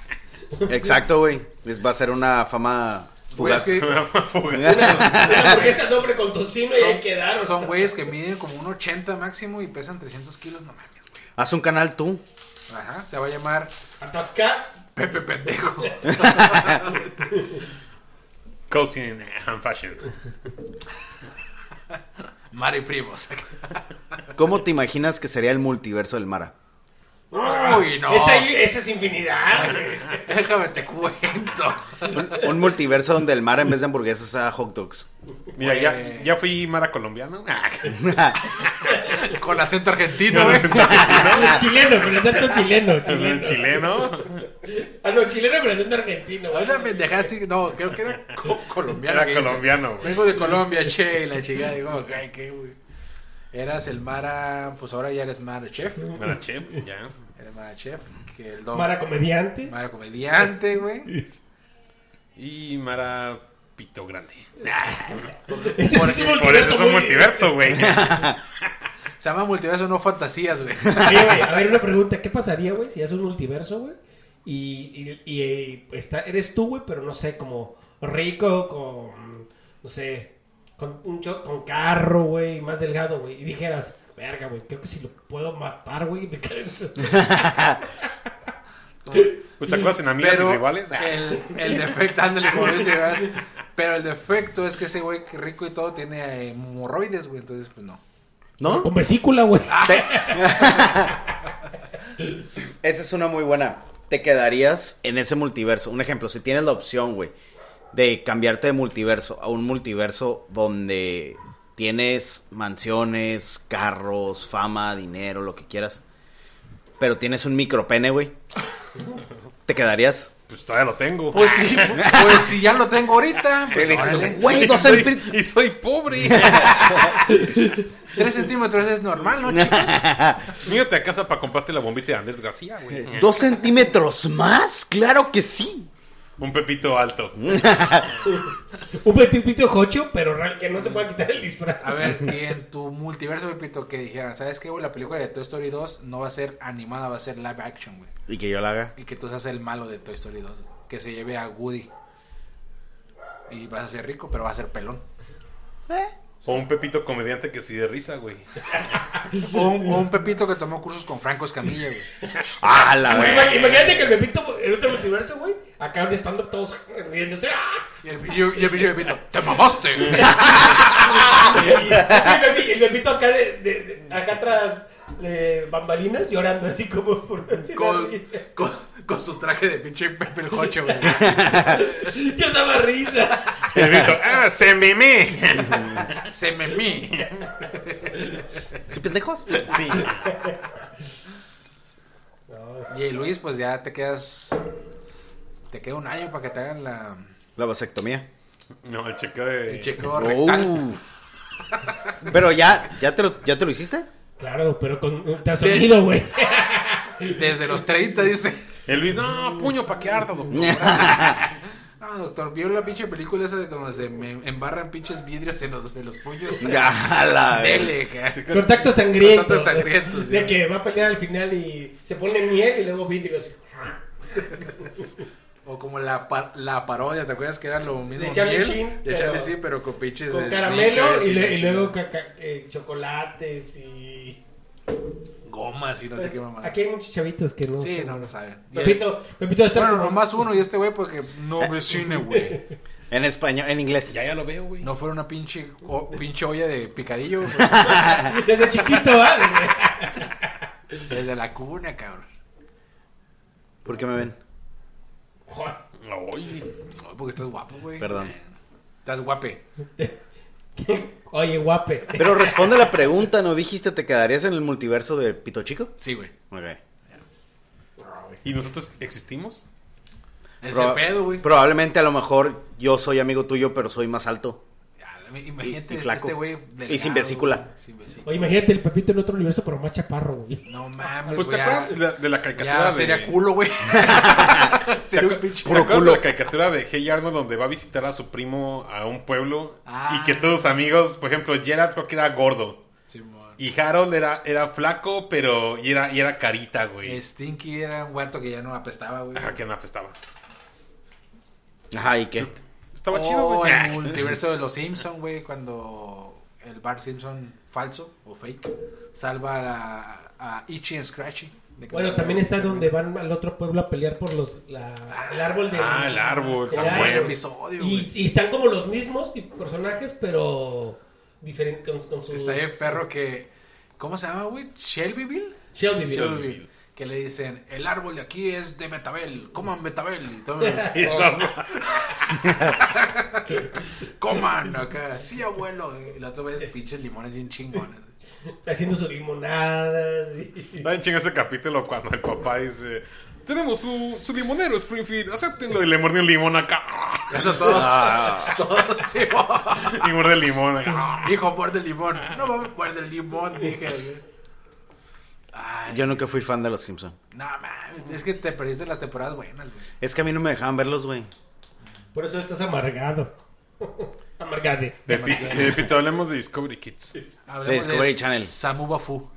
[SPEAKER 3] Exacto, güey. Les va a ser una fama
[SPEAKER 4] Güey,
[SPEAKER 3] fugaz.
[SPEAKER 4] es que
[SPEAKER 5] Porque es el nombre con tocino y ahí quedaron.
[SPEAKER 4] son güeyes que miden como un 80 máximo y pesan 300 kilos, no mames, güey.
[SPEAKER 3] Haz un canal tú.
[SPEAKER 4] Ajá, se va a llamar
[SPEAKER 5] Atascar.
[SPEAKER 4] Pepe Pendejo.
[SPEAKER 1] Coaching and eh, Fashion.
[SPEAKER 4] Mari Primos.
[SPEAKER 3] ¿Cómo te imaginas que sería el multiverso del Mara?
[SPEAKER 4] Uy, no.
[SPEAKER 5] Esa, esa es infinidad. güey.
[SPEAKER 4] Déjame te cuento.
[SPEAKER 3] Un, un multiverso donde el Mara en vez de hamburguesas a hot dogs.
[SPEAKER 1] Mira, ya,
[SPEAKER 4] Güey.
[SPEAKER 1] ya fui Mara colombiano. Ah,
[SPEAKER 4] Con acento argentino, güey.
[SPEAKER 5] Ah, chileno, con acento chileno.
[SPEAKER 1] un
[SPEAKER 5] chileno.
[SPEAKER 1] chileno.
[SPEAKER 5] Ah, no, chileno con acento argentino. güey.
[SPEAKER 4] Una pendejada así. No, creo que era co- colombiano.
[SPEAKER 1] Era
[SPEAKER 4] que dijiste.
[SPEAKER 1] colombiano, güey.
[SPEAKER 4] Vengo de Colombia, che. Y la chica digo, ay, qué, güey. Eras el Mara. Pues ahora ya eres Mara Chef.
[SPEAKER 1] Mara Chef, ya.
[SPEAKER 4] Eres Mara Chef. Que el don.
[SPEAKER 5] Mara comediante.
[SPEAKER 4] Mara comediante, güey.
[SPEAKER 1] Y Mara Pito Grande. Ah,
[SPEAKER 5] Ese
[SPEAKER 4] Por-
[SPEAKER 5] es un
[SPEAKER 1] Por eso es un
[SPEAKER 5] muy-
[SPEAKER 1] multiverso, güey.
[SPEAKER 4] Se llama multiverso, no fantasías, güey.
[SPEAKER 5] Oye, güey, a ver, una pregunta. ¿Qué pasaría, güey, si haces un multiverso, güey? Y, y, y, eh, está, eres tú, güey, pero no sé, como rico, con, no sé, con, un cho- con carro, güey, más delgado, güey. Y dijeras, verga, güey, creo que si lo puedo matar, güey, me canso.
[SPEAKER 1] Pues, ¿Te acuerdas en Amigas
[SPEAKER 4] Pero eh,
[SPEAKER 1] y Rivales? Ah,
[SPEAKER 4] el, el defecto, ándale, como dice, ¿verdad? Pero el defecto es que ese güey que rico y todo tiene eh, hemorroides, güey. Entonces, pues no.
[SPEAKER 3] ¿No?
[SPEAKER 5] Con vesícula, güey.
[SPEAKER 3] Esa es una muy buena. Te quedarías en ese multiverso. Un ejemplo, si tienes la opción, güey, de cambiarte de multiverso a un multiverso donde tienes mansiones, carros, fama, dinero, lo que quieras, pero tienes un micropene, güey, ¿te quedarías?
[SPEAKER 1] Pues todavía lo tengo.
[SPEAKER 4] Pues sí, pues si ya lo tengo ahorita. Pues, órale.
[SPEAKER 3] Güey,
[SPEAKER 1] y,
[SPEAKER 3] no
[SPEAKER 1] soy,
[SPEAKER 3] sé.
[SPEAKER 1] y soy pobre.
[SPEAKER 4] Tres centímetros es normal, ¿no, chicos?
[SPEAKER 1] Mío, te alcanza para comprarte la bombita de Andrés García, güey.
[SPEAKER 3] ¿Dos centímetros más? Claro que sí.
[SPEAKER 1] Un pepito alto.
[SPEAKER 5] Un petipito jocho, pero real, que no se pueda quitar el disfraz.
[SPEAKER 4] A ver, y en tu multiverso, Pepito, que dijeran, ¿sabes qué, güey? La película de Toy Story 2 no va a ser animada, va a ser live action, güey.
[SPEAKER 3] Y que yo la haga.
[SPEAKER 4] Y que tú seas el malo de Toy Story 2, güey. que se lleve a Woody. Y vas a ser rico, pero vas a ser pelón.
[SPEAKER 1] O un pepito comediante que sí de risa, güey.
[SPEAKER 4] O un, o un Pepito que tomó cursos con Franco Escamilla, güey.
[SPEAKER 3] Ah, la
[SPEAKER 5] Güey,
[SPEAKER 3] verga.
[SPEAKER 5] ima- Imagínate que el Pepito en otro multiverso, güey, acaban estando todos riéndose. ¡Ah!
[SPEAKER 4] Y el, y el- y el pinche Pepito, ¡te mamaste! güey".
[SPEAKER 5] Y el Pepi- el Pepito acá, de, de- de- acá atrás eh, bambalinas llorando así como por
[SPEAKER 4] Con, con, con su traje de pinche Pepe el Jocho, güey.
[SPEAKER 5] Yo daba risa.
[SPEAKER 1] El Víctor, ¡ah, se meme!
[SPEAKER 4] Se me mí.
[SPEAKER 3] ¿Sí, pendejos?
[SPEAKER 1] Sí.
[SPEAKER 5] No, sí.
[SPEAKER 4] Y Luis, pues ya te quedas. Te queda un año para que te hagan la.
[SPEAKER 3] La vasectomía.
[SPEAKER 1] No, el chequeo de.
[SPEAKER 4] El chequeo rectal.
[SPEAKER 3] Uf. Pero ya, ya te lo, ya te lo hiciste.
[SPEAKER 5] Claro, pero con ultrasonido, güey.
[SPEAKER 4] Desde los 30, dice.
[SPEAKER 1] El Luis, no, puño pa' que arda, doctor.
[SPEAKER 4] No, doctor, vio la pinche película esa de cuando se me embarran pinches vidrios en los, en los puños.
[SPEAKER 3] Ya, la vez.
[SPEAKER 4] Dele, que-
[SPEAKER 1] Así que-
[SPEAKER 5] Contacto sangriento.
[SPEAKER 4] Contacto sangriento, sí.
[SPEAKER 5] De que va a pelear al final y se pone miel y luego vidrio. así.
[SPEAKER 4] O como la, par- la parodia, ¿te acuerdas que era lo mismo?
[SPEAKER 5] De Charlie
[SPEAKER 4] miel?
[SPEAKER 5] Sheen,
[SPEAKER 4] De Charlie
[SPEAKER 5] pero-
[SPEAKER 4] Sheen, pero con pinches.
[SPEAKER 5] Con
[SPEAKER 4] eh,
[SPEAKER 5] caramelo
[SPEAKER 4] sneakers
[SPEAKER 5] y, le-
[SPEAKER 4] la
[SPEAKER 5] y
[SPEAKER 4] chingada.
[SPEAKER 5] luego caca- eh, chocolates y...
[SPEAKER 4] Gomas y no sé qué mamá.
[SPEAKER 5] Aquí hay muchos chavitos que no...
[SPEAKER 4] Sí,
[SPEAKER 5] son-
[SPEAKER 4] no lo saben. Y el-
[SPEAKER 5] Pepito, Pepito está...
[SPEAKER 4] Bueno, nomás uno y este güey porque no ve cine, güey.
[SPEAKER 3] En español, en inglés.
[SPEAKER 1] Ya, ya lo veo, güey.
[SPEAKER 4] No fuera una pinche, o- pinche olla de picadillo. güey.
[SPEAKER 5] Desde chiquito, ¿ah?
[SPEAKER 4] Desde la cuna, cabrón.
[SPEAKER 3] ¿Por qué me ven?
[SPEAKER 1] Ay,
[SPEAKER 4] No, porque estás guapo, güey.
[SPEAKER 3] Perdón.
[SPEAKER 4] Estás guape.
[SPEAKER 5] Oye, guape.
[SPEAKER 3] Pero responde la pregunta, ¿no dijiste te quedarías en el multiverso de Pito Chico?
[SPEAKER 4] Sí, güey.
[SPEAKER 3] Ok.
[SPEAKER 1] ¿Y nosotros existimos?
[SPEAKER 4] Ese
[SPEAKER 3] Proba-
[SPEAKER 4] pedo, güey.
[SPEAKER 3] Probablemente a lo mejor yo soy amigo tuyo, pero soy más alto.
[SPEAKER 4] Ya, Imagínate
[SPEAKER 3] Y- y flaco.
[SPEAKER 4] este güey.
[SPEAKER 3] Y sin
[SPEAKER 4] delgado,
[SPEAKER 3] vesícula.
[SPEAKER 4] güey, Sin vesícula.
[SPEAKER 5] Oye, imagínate el Pepito en otro universo, pero más chaparro, güey.
[SPEAKER 4] No mames,
[SPEAKER 1] Pues te
[SPEAKER 4] güey.
[SPEAKER 1] acuerdas de
[SPEAKER 4] ya-
[SPEAKER 1] la, de la caricatura
[SPEAKER 4] Ya
[SPEAKER 1] de.
[SPEAKER 4] sería culo, güey.
[SPEAKER 1] ¿Te,
[SPEAKER 4] sería
[SPEAKER 1] acu-
[SPEAKER 4] un
[SPEAKER 1] te
[SPEAKER 4] pinche.
[SPEAKER 1] acuerdas
[SPEAKER 3] culo.
[SPEAKER 1] de la caricatura de Hey Arnold donde va a visitar a su primo a un pueblo?
[SPEAKER 4] Ah.
[SPEAKER 1] Y que todos sus amigos, por ejemplo, Gerard creo que era gordo.
[SPEAKER 4] Simón.
[SPEAKER 1] Y Harold era, era flaco, pero. Y era, y era carita, güey.
[SPEAKER 4] Stinky era un guato que ya no apestaba, güey.
[SPEAKER 1] Ajá, que no apestaba.
[SPEAKER 3] Ajá, ¿y qué?
[SPEAKER 1] Estaba
[SPEAKER 4] O
[SPEAKER 1] chido, güey. Ah,
[SPEAKER 4] el multiverso de los Simpson, güey, cuando el Bart Simpson falso o fake salva a, a Itchy and Scratchy. de que
[SPEAKER 5] Bueno,
[SPEAKER 4] no-
[SPEAKER 5] también está donde van al otro pueblo a pelear por los la- el árbol de...
[SPEAKER 1] Ah, el árbol,
[SPEAKER 5] El
[SPEAKER 1] tan
[SPEAKER 4] Tan buen
[SPEAKER 1] bueno.
[SPEAKER 4] episodio,
[SPEAKER 5] Y,
[SPEAKER 4] güey.
[SPEAKER 5] y están como los mismos tip- personajes, pero diferente con, con su...
[SPEAKER 4] Está el perro que. ¿Cómo se llama, güey? ¿Shelbyville?
[SPEAKER 5] Shelbyville.
[SPEAKER 1] Shelbyville.
[SPEAKER 4] Que le dicen, el árbol de aquí es de Betabel, coman Betabel. Y todo-
[SPEAKER 1] Y entonces-
[SPEAKER 4] coman acá. Sí, abuelo. Y las dos veces pinches limones bien chingones.
[SPEAKER 5] Haciendo sus limonadas. y-
[SPEAKER 1] Está en chinga ese capítulo cuando el papá dice: Tenemos su, su limonero, Springfield, acéptenlo. Y le mordió un limón acá.
[SPEAKER 4] Eso todo. Ah, Todo sí, güey.
[SPEAKER 1] Y muerde el limón. acá.
[SPEAKER 4] Hijo, muerde el limón. No mames, muerde el limón, dije. Ay,
[SPEAKER 3] Yo nunca fui fan de los Simpsons.
[SPEAKER 4] no mames, es que te perdiste las temporadas buenas, güey.
[SPEAKER 3] Es que a mí no me dejaban verlos, güey.
[SPEAKER 5] Por eso estás amargado. Amargade.
[SPEAKER 1] De pito, de pito, hablemos de Discovery Kids.
[SPEAKER 4] Hablemos de,
[SPEAKER 3] Discovery Channel.
[SPEAKER 4] Samu Bafu.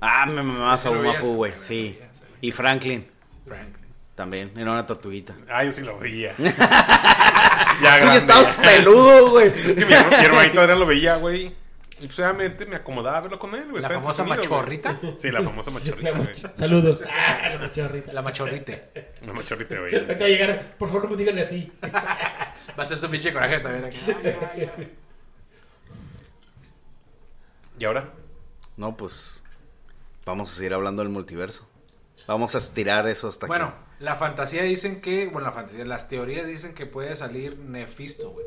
[SPEAKER 3] Ah, me mamaba
[SPEAKER 4] Sí, sí lo
[SPEAKER 3] Sabu
[SPEAKER 4] veías.
[SPEAKER 3] Mafu, güey.
[SPEAKER 4] Sí,
[SPEAKER 3] Sí.
[SPEAKER 4] sí, sí.
[SPEAKER 3] Y Franklin
[SPEAKER 4] Franklin.
[SPEAKER 3] también. Era una tortuguita.
[SPEAKER 1] Ah, yo sí lo veía. ya
[SPEAKER 3] Tú ya
[SPEAKER 1] grande.
[SPEAKER 3] estabas peludo, güey.
[SPEAKER 1] Es que mi, herma- mi hermanito todavía lo veía, güey. Y pues obviamente me acomodaba a verlo con él, güey.
[SPEAKER 4] La
[SPEAKER 1] Estaba
[SPEAKER 4] famosa
[SPEAKER 1] entretenido, güey.
[SPEAKER 4] machorrita.
[SPEAKER 1] Sí, la famosa machorrita,
[SPEAKER 5] La
[SPEAKER 1] güey.
[SPEAKER 5] mach- Saludos. Ah, la machorrita.
[SPEAKER 4] La machorrite.
[SPEAKER 1] La machorrita, güey.
[SPEAKER 5] Ahorita va a llegar. Por favor, no me digan así.
[SPEAKER 4] Va a ser su pinche coraje también acá. Ay, ay, ay.
[SPEAKER 1] ¿Y ahora?
[SPEAKER 3] No, pues. Vamos a seguir hablando del multiverso. Vamos a estirar eso hasta aquí.
[SPEAKER 4] Bueno, la fantasía dicen que. Bueno, la fantasía, las teorías dicen que puede salir Nefisto, güey.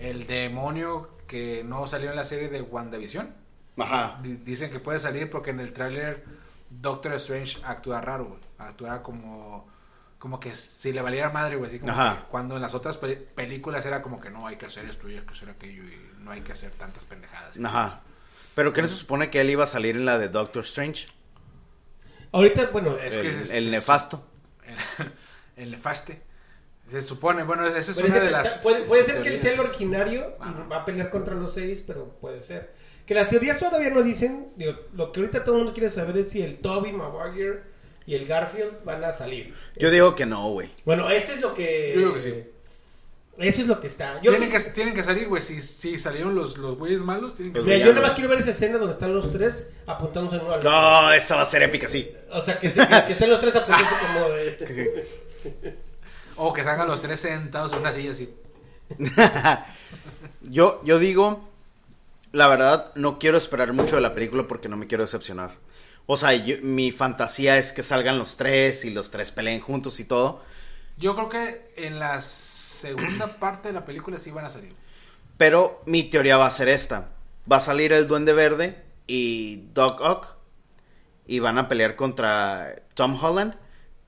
[SPEAKER 4] El demonio que no salió en la serie de WandaVision.
[SPEAKER 3] Ajá.
[SPEAKER 4] Di- Dicen que puede salir porque en el tráiler Doctor Strange actúa raro, güey. Actúa como como que si le valiera madre, güey, así como
[SPEAKER 3] Ajá.
[SPEAKER 4] que cuando en las otras pe- películas era como que no hay que hacer esto y hay que hacer aquello y no hay que hacer tantas pendejadas.
[SPEAKER 3] Ajá. Pero que no se supone que él iba a salir en la de Doctor Strange.
[SPEAKER 5] Ahorita, bueno.
[SPEAKER 4] Es
[SPEAKER 3] el,
[SPEAKER 4] que es-
[SPEAKER 3] el
[SPEAKER 4] es-
[SPEAKER 3] nefasto.
[SPEAKER 4] El, el nefaste. Se supone, bueno, esa es
[SPEAKER 5] Pero
[SPEAKER 4] una
[SPEAKER 5] es
[SPEAKER 4] de
[SPEAKER 5] que
[SPEAKER 4] las
[SPEAKER 5] puede, puede ser que él
[SPEAKER 4] teorías.
[SPEAKER 5] sea el originario y va a pelear contra los seis, pero puede ser. Que las teorías todavía no dicen. digo, lo que ahorita todo el mundo quiere saber es si el Toby Maguire y el Garfield van a salir.
[SPEAKER 3] Yo digo que no, güey.
[SPEAKER 5] Bueno, eso es lo que.
[SPEAKER 4] Yo digo que sí.
[SPEAKER 5] Eso es lo que está. Yo, pues,
[SPEAKER 4] tienen que, tienen que salir, güey. Si, si salieron los, los güeyes malos, tienen que
[SPEAKER 3] Los
[SPEAKER 5] Mira,
[SPEAKER 4] salir.
[SPEAKER 5] yo nada más quiero ver esa escena donde están los tres apuntándose en uno al otro.
[SPEAKER 3] No, esa va a ser épica, sí.
[SPEAKER 5] O sea, que, se- que- que estén los tres apuntándose como de.
[SPEAKER 4] O que salgan los tres sentados en una silla así.
[SPEAKER 3] yo, yo digo la verdad, no quiero esperar mucho de la película porque no me quiero decepcionar. O sea, yo- mi fantasía es que salgan los tres y los tres peleen juntos y todo.
[SPEAKER 4] Yo creo que en la segunda parte de la película sí van a salir.
[SPEAKER 3] Pero mi teoría va a ser esta. Va a salir el Duende Verde y Doc Ock y van a pelear contra Tom Holland.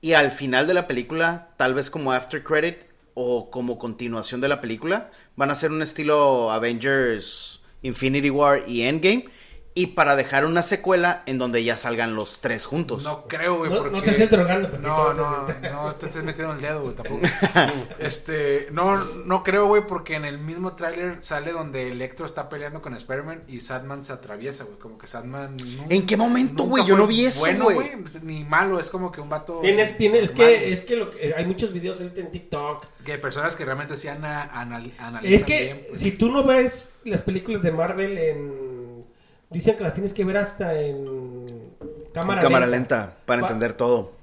[SPEAKER 3] Y al final de la película, tal vez como after credit o como continuación de la película, van a hacer un estilo Avengers Infinity War y Endgame. Y para dejar una secuela en donde ya salgan los tres juntos.
[SPEAKER 4] No creo, güey.
[SPEAKER 5] No- Pues, no
[SPEAKER 4] porque...
[SPEAKER 5] te estés drogando, Pepito,
[SPEAKER 4] No,
[SPEAKER 5] no
[SPEAKER 4] no,
[SPEAKER 5] te estés-
[SPEAKER 4] no te estés metiendo el dedo, güey, tampoco. este, no, no creo, güey, porque en el mismo tráiler sale donde Electro está peleando con Spider-Man y Sadman se atraviesa, güey. Como que Sadman. nu-
[SPEAKER 3] ¿En qué momento,
[SPEAKER 4] nunca
[SPEAKER 3] güey? Yo no
[SPEAKER 4] fue
[SPEAKER 3] vi eso,
[SPEAKER 4] bueno,
[SPEAKER 3] güey.
[SPEAKER 4] Ni malo, es como que un vato.
[SPEAKER 5] Tienes, tienes, es
[SPEAKER 4] normal,
[SPEAKER 5] que,
[SPEAKER 4] güey.
[SPEAKER 5] es que, lo que- eh, hay muchos videos ahorita en TikTok.
[SPEAKER 4] Que personas que realmente sí ana- anal- analizan.
[SPEAKER 5] Es que
[SPEAKER 4] bien, pues.
[SPEAKER 5] si tú no ves las películas de Marvel en... Dicen que las tienes que ver hasta en cámara,
[SPEAKER 3] cámara lenta para
[SPEAKER 5] Pa-
[SPEAKER 3] entender todo.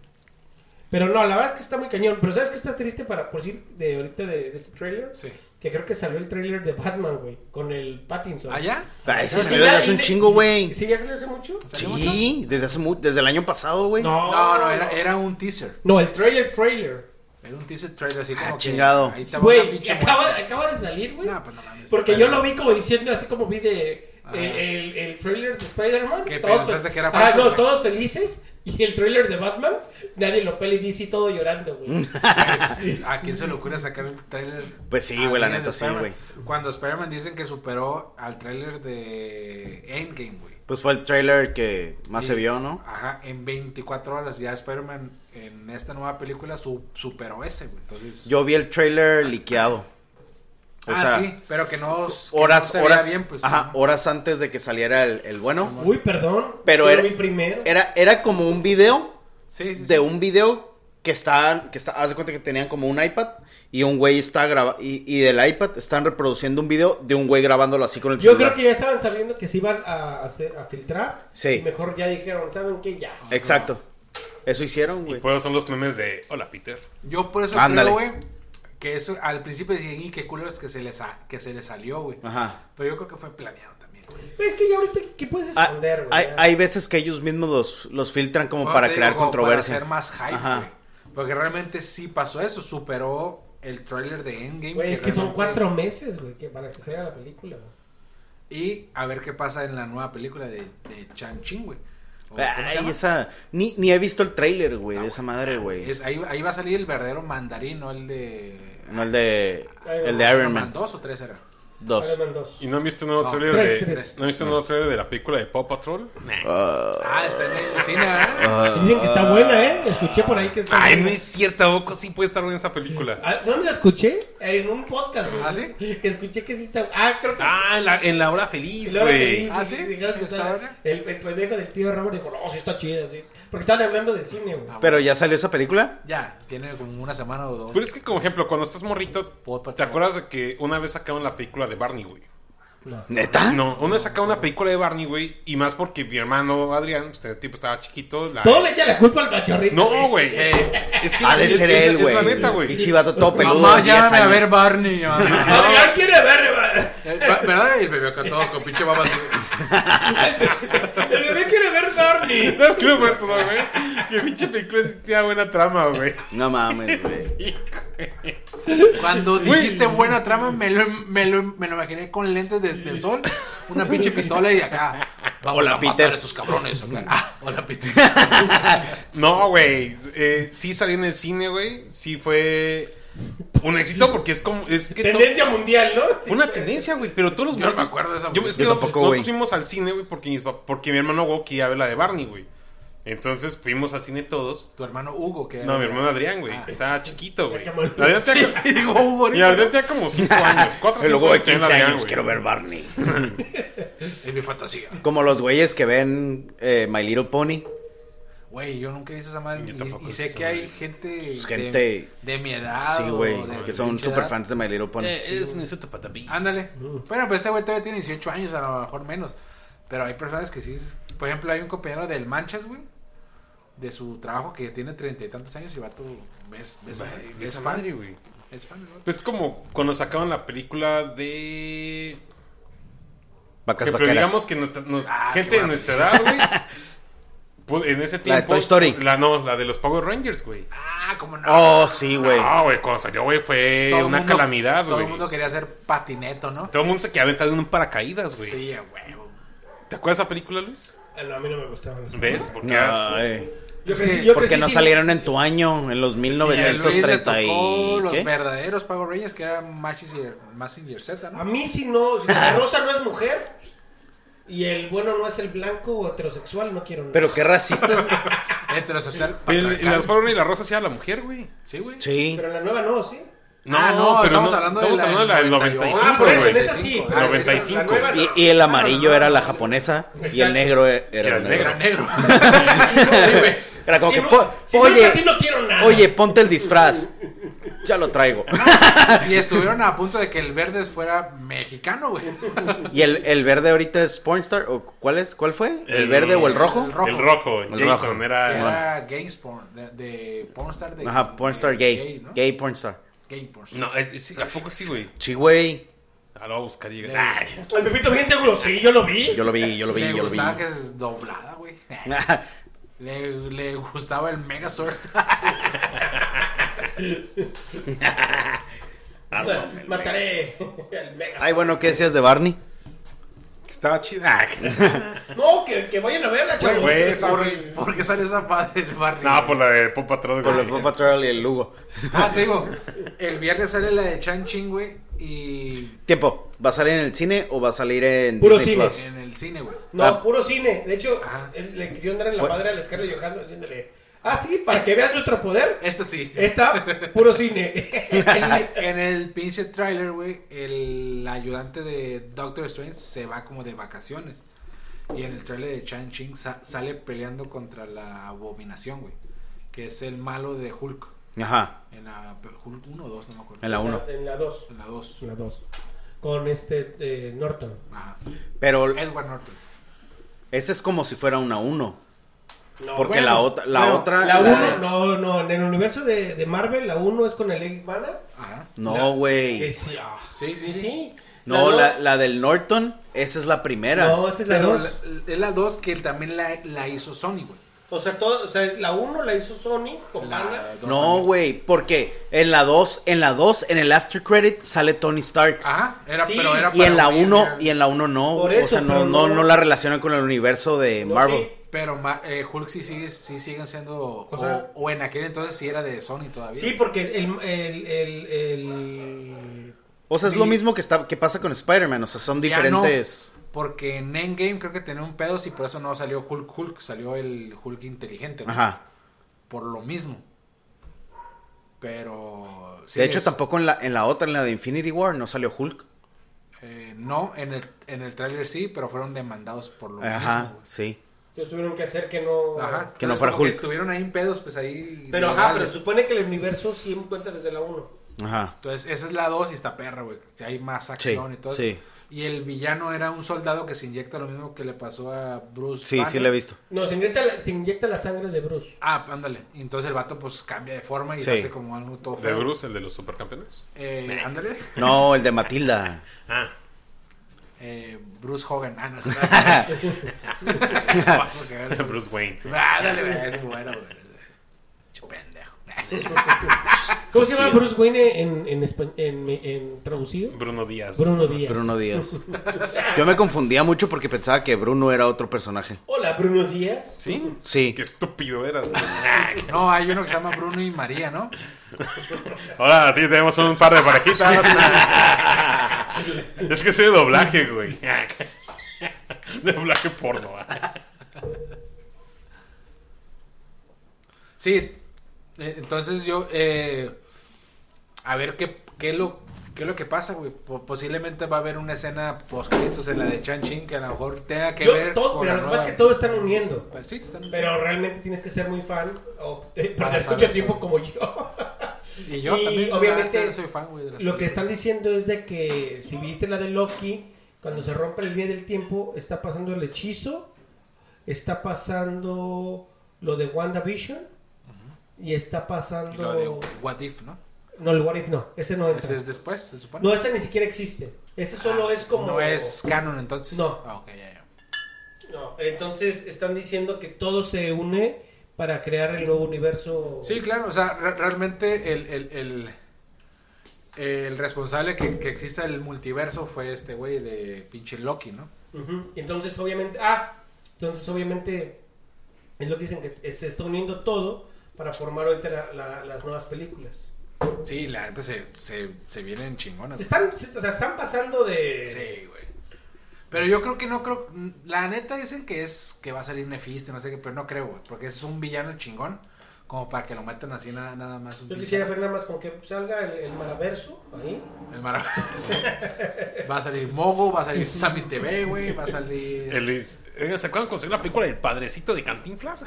[SPEAKER 5] Pero no, la verdad es que está muy cañón. Pero ¿sabes qué está triste para por decir de ahorita de, de este trailer?
[SPEAKER 4] Sí.
[SPEAKER 5] Que creo que salió el trailer de Batman, güey, con el Pattinson.
[SPEAKER 4] ¿Allá?
[SPEAKER 3] Ah, ese
[SPEAKER 5] No,
[SPEAKER 3] salió
[SPEAKER 5] sí,
[SPEAKER 3] desde
[SPEAKER 5] ya-
[SPEAKER 3] hace un
[SPEAKER 5] y-
[SPEAKER 3] chingo, güey.
[SPEAKER 5] ¿Sí? ¿Ya salió hace mucho?
[SPEAKER 3] Sí, desde, hace mu- desde el año pasado, güey.
[SPEAKER 4] No, no, era, era un teaser.
[SPEAKER 5] No, el trailer, trailer.
[SPEAKER 4] Era un teaser trailer así como. que
[SPEAKER 3] Ah, chingado.
[SPEAKER 4] Ahí estaba una
[SPEAKER 5] Güey,
[SPEAKER 4] pinche
[SPEAKER 5] acaba,
[SPEAKER 4] muestra.
[SPEAKER 5] acaba de salir, güey.
[SPEAKER 4] No, pues no mames.
[SPEAKER 5] Porque
[SPEAKER 4] Pero-
[SPEAKER 5] yo lo vi como diciendo, así como vi de
[SPEAKER 4] Ajá.
[SPEAKER 5] el, el, el trailer de Spider-Man.
[SPEAKER 4] Ah. Que
[SPEAKER 5] todos
[SPEAKER 4] pensaste
[SPEAKER 5] fe-
[SPEAKER 4] que era
[SPEAKER 5] Ah,
[SPEAKER 4] falso,
[SPEAKER 5] no,
[SPEAKER 4] güey.
[SPEAKER 5] todos felices. Y el trailer de Batman, nadie lo pela y dice todo llorando, güey.
[SPEAKER 4] pues, ¿A quién se le ocurre sacar el tráiler?
[SPEAKER 3] Pues sí,
[SPEAKER 4] a
[SPEAKER 3] güey, la
[SPEAKER 4] días de
[SPEAKER 3] neta sí,
[SPEAKER 4] Spider-Man?
[SPEAKER 3] güey.
[SPEAKER 4] Cuando Spider-Man dicen que superó al tráiler de Endgame, güey.
[SPEAKER 3] Pues fue el trailer que más se
[SPEAKER 4] Y-
[SPEAKER 3] vio, ¿no?
[SPEAKER 4] Ajá, en 24 horas ya Spider-Man en esta nueva película su- superó ese, güey. Entonces,
[SPEAKER 3] Yo vi el trailer liqueado. O
[SPEAKER 4] ah,
[SPEAKER 3] sea,
[SPEAKER 4] sí, pero que no, que no
[SPEAKER 3] horas,
[SPEAKER 4] se vea
[SPEAKER 3] horas,
[SPEAKER 4] bien, pues.
[SPEAKER 3] ajá, horas antes de que saliera el, el bueno.
[SPEAKER 5] Uy, perdón.
[SPEAKER 3] Pero
[SPEAKER 5] yo
[SPEAKER 3] era-
[SPEAKER 5] lo vi primero.
[SPEAKER 3] Era, era como un video
[SPEAKER 4] Sí, sí, sí.
[SPEAKER 3] de un video que estaban, que está, haz de cuenta que tenían como un iPad y un güey está grabando, y, y del iPad están reproduciendo un video de un güey grabándolo así con el
[SPEAKER 5] Yo
[SPEAKER 3] celular.
[SPEAKER 5] creo que ya estaban sabiendo que se iban a, hacer- a filtrar.
[SPEAKER 3] Sí.
[SPEAKER 5] Y mejor ya dijeron, ¿saben qué? Ya.
[SPEAKER 3] Exacto. Eso
[SPEAKER 1] Y
[SPEAKER 3] hicieron,
[SPEAKER 1] pues,
[SPEAKER 3] güey.
[SPEAKER 1] por eso son los memes de Hola Peter.
[SPEAKER 4] Yo por eso
[SPEAKER 3] Ándale.
[SPEAKER 4] creo, güey, que eso al principio decían, y qué culo es que se les, sa- que se les salió, güey.
[SPEAKER 3] Ajá.
[SPEAKER 4] Pero yo creo que fue planeado también, güey.
[SPEAKER 5] Es que ya ahorita, ¿qué puedes
[SPEAKER 3] Ah,
[SPEAKER 5] esconder, güey?
[SPEAKER 3] hay, hay veces que ellos mismos los, los filtran como
[SPEAKER 4] Bueno,
[SPEAKER 3] para
[SPEAKER 4] te digo,
[SPEAKER 3] crear
[SPEAKER 4] como
[SPEAKER 3] controversia.
[SPEAKER 4] Para hacer más hype,
[SPEAKER 3] Ajá.
[SPEAKER 4] güey. Porque realmente sí pasó eso. Superó el tráiler de Endgame.
[SPEAKER 5] Güey, es que
[SPEAKER 4] realmente-
[SPEAKER 5] son cuatro meses, güey, que para que salga la película, güey.
[SPEAKER 4] Y a ver qué pasa en la nueva película de, de Chan Ching, güey. O, ¿cómo se
[SPEAKER 3] Ay,
[SPEAKER 4] llama?
[SPEAKER 3] esa. Ni, ni he visto el trailer, güey,
[SPEAKER 4] Ah,
[SPEAKER 3] de esa madre, güey.
[SPEAKER 4] Es- ahí, ahí va a salir el verdadero mandarín, no el de.
[SPEAKER 3] No el de.
[SPEAKER 5] Iron
[SPEAKER 3] El de
[SPEAKER 5] Man.
[SPEAKER 3] Iron Man
[SPEAKER 4] Dos o tres era.
[SPEAKER 3] 2.
[SPEAKER 5] Iron Man 2.
[SPEAKER 1] ¿Y no han visto un nuevo
[SPEAKER 4] No,
[SPEAKER 1] trailer
[SPEAKER 5] tres,
[SPEAKER 1] de
[SPEAKER 5] tres.
[SPEAKER 1] no han visto un nuevo trailer de la película de Paw Patrol?
[SPEAKER 4] Ah, está en el cine, ¿eh?
[SPEAKER 3] Ah.
[SPEAKER 5] Y Dicen que está buena, ¿eh? Escuché por ahí que está
[SPEAKER 1] Ay, no
[SPEAKER 5] buena.
[SPEAKER 1] es cierto, Oco sí puede estar en esa película.
[SPEAKER 5] Ah, ¿Dónde la escuché? En un podcast, güey.
[SPEAKER 4] ¿Ah, sí?
[SPEAKER 5] Que escuché que sí está... Ah, creo que...
[SPEAKER 1] Ah, en la, en la hora feliz,
[SPEAKER 5] Claro que
[SPEAKER 1] güey.
[SPEAKER 5] sí,
[SPEAKER 4] ¿Ah,
[SPEAKER 5] sí,
[SPEAKER 4] sí?
[SPEAKER 5] dijeron que
[SPEAKER 4] ¿Está
[SPEAKER 5] estaba-
[SPEAKER 4] buena?
[SPEAKER 5] el, el pendejo del tío Robert dijo, no, sí está chida, sí. Porque estaban hablando de cine, güey.
[SPEAKER 3] Pero ya salió esa película.
[SPEAKER 4] Ya, tiene como una semana o dos.
[SPEAKER 1] Pero es que, como ejemplo, cuando estás morrito,
[SPEAKER 4] Paw Patrol.
[SPEAKER 1] ¿te acuerdas de que una vez sacaron la película de Barney, güey?
[SPEAKER 5] No.
[SPEAKER 3] ¿Neta?
[SPEAKER 1] No, una vez sacaron una película de Barney, güey, y más porque mi hermano Adrián, este tipo estaba chiquito. La...
[SPEAKER 5] Todo le echa la culpa al cachorrito.
[SPEAKER 1] No, güey. Es que
[SPEAKER 3] Ha de
[SPEAKER 1] es-
[SPEAKER 3] ser
[SPEAKER 1] es-
[SPEAKER 3] él,
[SPEAKER 1] es
[SPEAKER 3] güey.
[SPEAKER 1] la neta, güey.
[SPEAKER 3] Pinche vato todo peludo.
[SPEAKER 4] Mamá,
[SPEAKER 3] de 10
[SPEAKER 4] llévame a
[SPEAKER 3] años.
[SPEAKER 4] ver Barney, mamá.
[SPEAKER 5] Adrián quiere ver, güey.
[SPEAKER 4] Eh, va- ¿Verdad? Y el bebé acá todo con pinche baba así.
[SPEAKER 5] El bebé quiere ver Barney.
[SPEAKER 1] No es que lo cuento, güey. Que pinche película sí tenía buena trama, güey.
[SPEAKER 3] No mames, güey.
[SPEAKER 4] Cuando dijiste buena trama, me lo, me lo, me lo imaginé con lentes de, de sol, una pinche pistola y acá. Vamos
[SPEAKER 3] Hola,
[SPEAKER 4] a matar
[SPEAKER 3] Peter.
[SPEAKER 4] a estos cabrones. acá. Ah, hola, Peter.
[SPEAKER 1] No, güey. Eh, sí salió en el cine, güey. Sí fue un éxito porque es como. Es que to-
[SPEAKER 5] Tendencia mundial, ¿no? Sí.
[SPEAKER 1] Fue una tendencia, güey. Pero todos los
[SPEAKER 4] Yo no me
[SPEAKER 1] morros-
[SPEAKER 4] acuerdo de esa,
[SPEAKER 1] Yo,
[SPEAKER 4] güey.
[SPEAKER 1] es que
[SPEAKER 3] Yo
[SPEAKER 1] nosotros-
[SPEAKER 3] tampoco,
[SPEAKER 1] nosotros
[SPEAKER 3] güey.
[SPEAKER 1] fuimos al cine, güey, porque, mis pap- porque mi hermano Hugo quería ver la de Barney, güey. Entonces fuimos al cine todos.
[SPEAKER 4] Tu hermano Hugo, que.
[SPEAKER 1] No, mi hermano Adrián, güey.
[SPEAKER 4] Ah.
[SPEAKER 1] Estaba chiquito, güey.
[SPEAKER 5] Qué mal.
[SPEAKER 1] Adrián tenía-
[SPEAKER 4] Y digo, Hugo,
[SPEAKER 1] Mi
[SPEAKER 4] ahorita.
[SPEAKER 1] Adrián tenía como 5 años. 4
[SPEAKER 3] Y luego de 15
[SPEAKER 1] tenía el Adrián,
[SPEAKER 3] años
[SPEAKER 1] güey.
[SPEAKER 3] quiero ver Barney.
[SPEAKER 4] Es mi fantasía.
[SPEAKER 3] Como los güeyes que ven eh, My Little Pony.
[SPEAKER 4] Güey, yo nunca he visto esa madre.
[SPEAKER 1] Yo
[SPEAKER 4] Y,
[SPEAKER 1] tampoco
[SPEAKER 4] y
[SPEAKER 1] he
[SPEAKER 4] sé
[SPEAKER 1] visto
[SPEAKER 4] que
[SPEAKER 1] esa
[SPEAKER 4] hay
[SPEAKER 1] madre.
[SPEAKER 4] gente.
[SPEAKER 3] Pues gente-
[SPEAKER 4] De, de mi edad.
[SPEAKER 3] Sí,
[SPEAKER 4] o
[SPEAKER 3] güey.
[SPEAKER 4] de
[SPEAKER 3] Que
[SPEAKER 4] mi
[SPEAKER 3] son Eh,
[SPEAKER 4] pinche
[SPEAKER 3] super
[SPEAKER 4] edad.
[SPEAKER 3] fans Ah, de My Little Pony.
[SPEAKER 1] Eh, es Niceto Patapi.
[SPEAKER 4] Ándale.
[SPEAKER 1] Mm.
[SPEAKER 4] Bueno, pues este güey todavía tiene 18 años, a lo mejor menos. Pero hay personas que sí. Por ejemplo, hay un compañero del Manchas, güey. De su trabajo que tiene treinta y tantos años y va todo. ¿Ves, ves, ves
[SPEAKER 1] Esa
[SPEAKER 4] fan,
[SPEAKER 1] madre, güey.
[SPEAKER 4] Es fan, güey.
[SPEAKER 1] Pues como cuando sacaban la película de.
[SPEAKER 3] Vacas
[SPEAKER 1] Que, pero
[SPEAKER 3] vaqueras.
[SPEAKER 1] digamos que nuestra- nos-
[SPEAKER 4] Ah,
[SPEAKER 1] gente
[SPEAKER 4] qué
[SPEAKER 1] de nuestra edad, güey. pues, en ese tiempo.
[SPEAKER 3] La de Toy Story.
[SPEAKER 1] La no, la de los Power Rangers, güey.
[SPEAKER 4] Ah, como no.
[SPEAKER 3] Oh, sí, güey.
[SPEAKER 1] Ah, güey, cuando salió, güey, fue
[SPEAKER 4] Todo el
[SPEAKER 1] una
[SPEAKER 4] mundo-
[SPEAKER 1] calamidad,
[SPEAKER 4] Todo
[SPEAKER 1] güey.
[SPEAKER 4] el mundo quería ser patineto, ¿no?
[SPEAKER 1] Todo el mundo se quedaba aventado en un paracaídas, güey.
[SPEAKER 4] Sí, a huevo.
[SPEAKER 1] ¿Te acuerdas de esa película, Luis?
[SPEAKER 5] Ah, no, a mí no me gustaban los
[SPEAKER 1] ¿Ves? Porque era-
[SPEAKER 3] Ay.
[SPEAKER 5] Yo
[SPEAKER 4] Es
[SPEAKER 5] crecí-
[SPEAKER 4] que-
[SPEAKER 5] yo
[SPEAKER 3] Porque
[SPEAKER 5] crecí
[SPEAKER 3] eh, no
[SPEAKER 5] sin-
[SPEAKER 3] salieron en tu año, Pues en los
[SPEAKER 4] Y a Luis le
[SPEAKER 3] 1930
[SPEAKER 4] tocó
[SPEAKER 3] y...
[SPEAKER 4] los
[SPEAKER 3] ¿qué?
[SPEAKER 4] verdaderos Power Rangers, que eran Massinger, Massinger Z,
[SPEAKER 5] A
[SPEAKER 4] ¿no?
[SPEAKER 5] mí si no, si la rosa no es mujer y el bueno no es el blanco o heterosexual, no quiero nada.
[SPEAKER 3] Pero qué racistas.
[SPEAKER 4] Heterosocial.
[SPEAKER 1] Pero el-
[SPEAKER 4] patriarcal.
[SPEAKER 1] las Power Rangers Ah. y la rosa hacía a la mujer, güey.
[SPEAKER 4] Sí, güey.
[SPEAKER 3] sí.
[SPEAKER 5] Pero la nueva no, ¿sí?
[SPEAKER 4] Ah, no, estamos hablando de
[SPEAKER 1] estamos
[SPEAKER 4] la
[SPEAKER 1] hablando de la del
[SPEAKER 5] Ah, por
[SPEAKER 1] 95,
[SPEAKER 5] eso, en
[SPEAKER 1] güey.
[SPEAKER 5] esa sí.
[SPEAKER 4] Ah,
[SPEAKER 5] pero esa-
[SPEAKER 1] 95.
[SPEAKER 5] la nueva
[SPEAKER 3] Y,
[SPEAKER 5] no.
[SPEAKER 3] y el amarillo
[SPEAKER 5] Ah, no, no,
[SPEAKER 3] era
[SPEAKER 5] no,
[SPEAKER 3] la
[SPEAKER 5] no.
[SPEAKER 3] japonesa y
[SPEAKER 5] Exacto.
[SPEAKER 3] el negro e- era,
[SPEAKER 1] Era
[SPEAKER 3] el
[SPEAKER 1] el
[SPEAKER 4] Era
[SPEAKER 3] negro.
[SPEAKER 4] negro.
[SPEAKER 3] Era como
[SPEAKER 5] Si
[SPEAKER 3] que,
[SPEAKER 5] no-
[SPEAKER 3] po-
[SPEAKER 5] si no es
[SPEAKER 3] oye,
[SPEAKER 5] así, no quiero nada.
[SPEAKER 3] oye, ponte el disfraz. Ya lo traigo.
[SPEAKER 4] y estuvieron a punto de que el Verdes fuera mexicano, güey.
[SPEAKER 3] ¿Y el, el verde ahorita es Pornstar? ¿O cuál es? ¿Cuál fue? ¿El, verde o el rojo?
[SPEAKER 4] el rojo.
[SPEAKER 1] El rojo,
[SPEAKER 3] El
[SPEAKER 1] Jason,
[SPEAKER 3] rojo.
[SPEAKER 1] era...
[SPEAKER 4] Era gays porn, de, de pornstar de...
[SPEAKER 3] Ajá, Pornstar
[SPEAKER 4] de-
[SPEAKER 3] gay.
[SPEAKER 4] ¿no?
[SPEAKER 3] Gay Pornstar.
[SPEAKER 4] Gay pornstar.
[SPEAKER 1] No, es- es- ¿a poco sí, güey?
[SPEAKER 3] Sí, güey.
[SPEAKER 1] Ah, lo voy a buscar y...
[SPEAKER 4] Le-
[SPEAKER 1] Ay,
[SPEAKER 5] El Pepito bien seguro, sí, yo lo vi.
[SPEAKER 3] Yo lo vi, yo lo vi,
[SPEAKER 4] le
[SPEAKER 3] yo lo vi.
[SPEAKER 4] gustaba que es doblada, güey. Le, le gustaba el Megazord.
[SPEAKER 5] Mataré. al mega.
[SPEAKER 3] Ay, bueno, ¿qué decías de Barney?
[SPEAKER 1] que Estaba Ah, chida.
[SPEAKER 5] No, que, que vayan a verla, chavos.
[SPEAKER 1] güey,
[SPEAKER 5] Por-
[SPEAKER 1] esa-
[SPEAKER 4] ¿Por, por qué sale esa parte de Barney?
[SPEAKER 1] No, por la de Pop Patrol.
[SPEAKER 3] Con
[SPEAKER 1] güey.
[SPEAKER 3] el Paw Patrol y el Lugo.
[SPEAKER 4] Ah, te digo, el viernes sale la de Chan Ching, güey, y
[SPEAKER 3] Tiempo, ¿va a salir en el cine o va a salir en
[SPEAKER 5] Puro
[SPEAKER 3] Disney
[SPEAKER 5] cine.
[SPEAKER 3] Plus?
[SPEAKER 4] en el cine, güey.
[SPEAKER 5] No,
[SPEAKER 3] Ah.
[SPEAKER 5] puro cine. De hecho,
[SPEAKER 4] Ajá.
[SPEAKER 5] él le quisieron dar en la
[SPEAKER 3] Fue-
[SPEAKER 5] madre al Scarlett Johansson diciéndole, ah, sí, para que vean nuestro poder,
[SPEAKER 4] Este sí.
[SPEAKER 5] está puro cine.
[SPEAKER 4] Y en el pinche trailer, güey, el ayudante de Doctor Strange se va como de vacaciones. Y en el trailer de Chan Ching sa- sale peleando contra la abominación, güey. Que es el malo de Hulk.
[SPEAKER 3] Ajá,
[SPEAKER 4] En la pe- Hulk 1 o 2, no me acuerdo.
[SPEAKER 3] en la 1.
[SPEAKER 5] En la 2.
[SPEAKER 4] En la 2.
[SPEAKER 5] En la 2. Con este eh, Norton.
[SPEAKER 4] Ajá.
[SPEAKER 3] Pero
[SPEAKER 4] Edward Norton.
[SPEAKER 3] ese es como si fuera una 1.
[SPEAKER 5] No,
[SPEAKER 3] Porque
[SPEAKER 4] bueno,
[SPEAKER 3] la, otra, la
[SPEAKER 4] bueno,
[SPEAKER 3] otra...
[SPEAKER 5] La
[SPEAKER 3] la-
[SPEAKER 5] 1, no, no, en el universo de, de Marvel, la 1 es con el Eggmana.
[SPEAKER 4] Ajá.
[SPEAKER 3] No,
[SPEAKER 5] Que
[SPEAKER 3] güey.
[SPEAKER 5] sí, ah,
[SPEAKER 4] Sí, sí,
[SPEAKER 5] sí,
[SPEAKER 4] sí.
[SPEAKER 5] sí.
[SPEAKER 3] No,
[SPEAKER 5] dos-
[SPEAKER 3] la, la del Norton, esa es la primera.
[SPEAKER 5] No, esa es la
[SPEAKER 4] Pero
[SPEAKER 5] 2.
[SPEAKER 4] la- es la 2 que también la, la hizo Sony, güey.
[SPEAKER 5] O sea, todo, o sea, la 1 la hizo Sony con
[SPEAKER 4] La
[SPEAKER 5] Marvel.
[SPEAKER 4] dos
[SPEAKER 3] No,
[SPEAKER 4] también.
[SPEAKER 3] güey, porque en la 2, en la 2, en el after credit sale Tony Stark.
[SPEAKER 4] Ajá,
[SPEAKER 5] Ah,
[SPEAKER 4] era,
[SPEAKER 5] Sí,
[SPEAKER 4] pero era
[SPEAKER 3] y en la
[SPEAKER 4] Wii,
[SPEAKER 3] 1,
[SPEAKER 4] era-
[SPEAKER 3] y en la 1 no.
[SPEAKER 5] Por
[SPEAKER 3] o
[SPEAKER 5] eso,
[SPEAKER 3] sea, no,
[SPEAKER 5] pero
[SPEAKER 3] no,
[SPEAKER 5] no-
[SPEAKER 3] no la relacionan con el universo de
[SPEAKER 5] No,
[SPEAKER 3] Marvel.
[SPEAKER 4] Pero ma- eh, Hulk sí, sigue, sí siguen siendo. O,
[SPEAKER 5] sea-
[SPEAKER 4] o en aquel entonces sí era de Sony todavía.
[SPEAKER 5] Sí, porque el, el, el, el-
[SPEAKER 3] O sea, es lo mismo que, está, que pasa con Spider-Man. O sea, son
[SPEAKER 4] Ya no,
[SPEAKER 3] diferentes.
[SPEAKER 4] porque en Endgame creo que tenía un pedo y por eso no salió Hulk Hulk, salió el Hulk inteligente. ¿no?
[SPEAKER 3] Ajá.
[SPEAKER 4] Por lo mismo. Pero. sí
[SPEAKER 3] de hecho,
[SPEAKER 4] es-
[SPEAKER 3] tampoco en la, en la otra, en la de Infinity War, no salió Hulk.
[SPEAKER 4] eh, no, en el, en el tráiler sí, pero fueron demandados por lo
[SPEAKER 3] Ajá,
[SPEAKER 4] mismo. güey.
[SPEAKER 3] sí.
[SPEAKER 5] Entonces tuvieron que hacer que no...
[SPEAKER 4] Ajá.
[SPEAKER 3] Que no
[SPEAKER 4] Entonces,
[SPEAKER 3] fuera
[SPEAKER 4] como
[SPEAKER 3] Hulk.
[SPEAKER 4] tuvieron ahí pedos, pues ahí.
[SPEAKER 5] Pero ajá, pero
[SPEAKER 4] legales.
[SPEAKER 5] supone que el universo sí cuenta desde la 1.
[SPEAKER 3] Ajá.
[SPEAKER 4] Entonces, esa es la 2 y está perra, güey. que Hay más acción
[SPEAKER 3] Sí,
[SPEAKER 4] y todo
[SPEAKER 3] sí.
[SPEAKER 4] eso. Y el villano era un soldado que se inyecta lo mismo que le pasó a Bruce.
[SPEAKER 3] Sí,
[SPEAKER 4] Banner.
[SPEAKER 3] sí la he visto.
[SPEAKER 5] No, se inyecta, la, se inyecta la sangre de Bruce.
[SPEAKER 4] Ah, ándale. Y Entonces el vato pues cambia de forma y
[SPEAKER 3] Sí.
[SPEAKER 4] se hace como algo todo
[SPEAKER 1] ¿De
[SPEAKER 4] feo.
[SPEAKER 1] Bruce, el de los supercampeones?
[SPEAKER 4] Eh, ándale.
[SPEAKER 3] No, el de Matilda.
[SPEAKER 1] Ah.
[SPEAKER 4] Eh, Bruce Hogan. Ah, no, sé. Porque, a ver,
[SPEAKER 1] Bruce Wayne.
[SPEAKER 4] Ah, ándale, güey. Es bueno, güey. Che, pendejo.
[SPEAKER 5] ¿Cómo se llama Bruce Wayne en, en, espa- en, en traducido?
[SPEAKER 1] Bruno Díaz.
[SPEAKER 5] Bruno Díaz.
[SPEAKER 3] Bruno Díaz. Yo me confundía mucho porque pensaba que Bruno era otro personaje.
[SPEAKER 5] Hola, Bruno Díaz.
[SPEAKER 1] ¿Sí?
[SPEAKER 3] Sí.
[SPEAKER 1] Qué estúpido eras. güey.
[SPEAKER 4] No, hay uno que se llama Bruno y María, ¿no?
[SPEAKER 1] Ahora aquí tenemos un par de parejitas. es que soy de doblaje, güey. de doblaje porno.
[SPEAKER 4] Sí, eh, entonces yo, eh, a ver qué, qué, es lo, qué es lo que pasa, güey. Po- posiblemente va a haber una escena post en la de Chan Chin que a lo mejor tenga que
[SPEAKER 5] Yo-
[SPEAKER 4] ver
[SPEAKER 5] todo- pero
[SPEAKER 4] la
[SPEAKER 5] lo que pasa es
[SPEAKER 4] nueva- pues
[SPEAKER 5] que todo están uniendo.
[SPEAKER 4] Sí, están-
[SPEAKER 5] Pero realmente tienes que ser muy fan o te-
[SPEAKER 4] Para
[SPEAKER 5] perder
[SPEAKER 4] saber
[SPEAKER 5] mucho tiempo
[SPEAKER 4] todo.
[SPEAKER 5] como yo.
[SPEAKER 4] y yo
[SPEAKER 5] y
[SPEAKER 4] también,
[SPEAKER 5] obviamente,
[SPEAKER 4] obviamente, soy fan, güey, de las
[SPEAKER 5] Lo que
[SPEAKER 4] películas.
[SPEAKER 5] están diciendo es de que si viste la de Loki, cuando se rompe el día del tiempo, está pasando el hechizo, está pasando lo de WandaVision y está
[SPEAKER 4] Y
[SPEAKER 5] pasando...
[SPEAKER 4] lo de What If, ¿no?
[SPEAKER 5] No, el What If no. Ese no entra.
[SPEAKER 4] Ese es después, se supone.
[SPEAKER 5] No, ese ni siquiera existe. Ese solo es como.
[SPEAKER 4] Ah, No es canon entonces.
[SPEAKER 5] No.
[SPEAKER 4] Ah, ok, ya, ya.
[SPEAKER 5] No, entonces están diciendo que todo se une para crear el nuevo universo.
[SPEAKER 4] Sí, claro, o sea, re- realmente el, el, el, el responsable que, que exista el multiverso fue este güey de pinche Loki, ¿no?
[SPEAKER 5] Ujú. Entonces, obviamente. Ah, entonces, obviamente. Es lo que dicen que se está uniendo todo para formar ahorita la- la- las nuevas películas.
[SPEAKER 4] Sí, la gente se, se, se vienen chingonas.
[SPEAKER 5] Se están, se- o sea, están pasando de.
[SPEAKER 4] Sí, güey. Pero yo creo que no creo. La neta dicen que es que va a salir Nefisto, no sé qué, pero no creo, güey. Porque es un villano chingón. Como para que lo metan así nada, nada más. Un
[SPEAKER 5] Yo
[SPEAKER 4] pinche-
[SPEAKER 5] quisiera ver nada más con que salga el, el Maraverso ahí.
[SPEAKER 4] El maravilloso. va a salir Mogo, va a salir Sammy TV, güey. Va a salir. El,
[SPEAKER 1] El es- eh, ¿Se acuerdan cuando salió la película del padrecito de Cantinflas?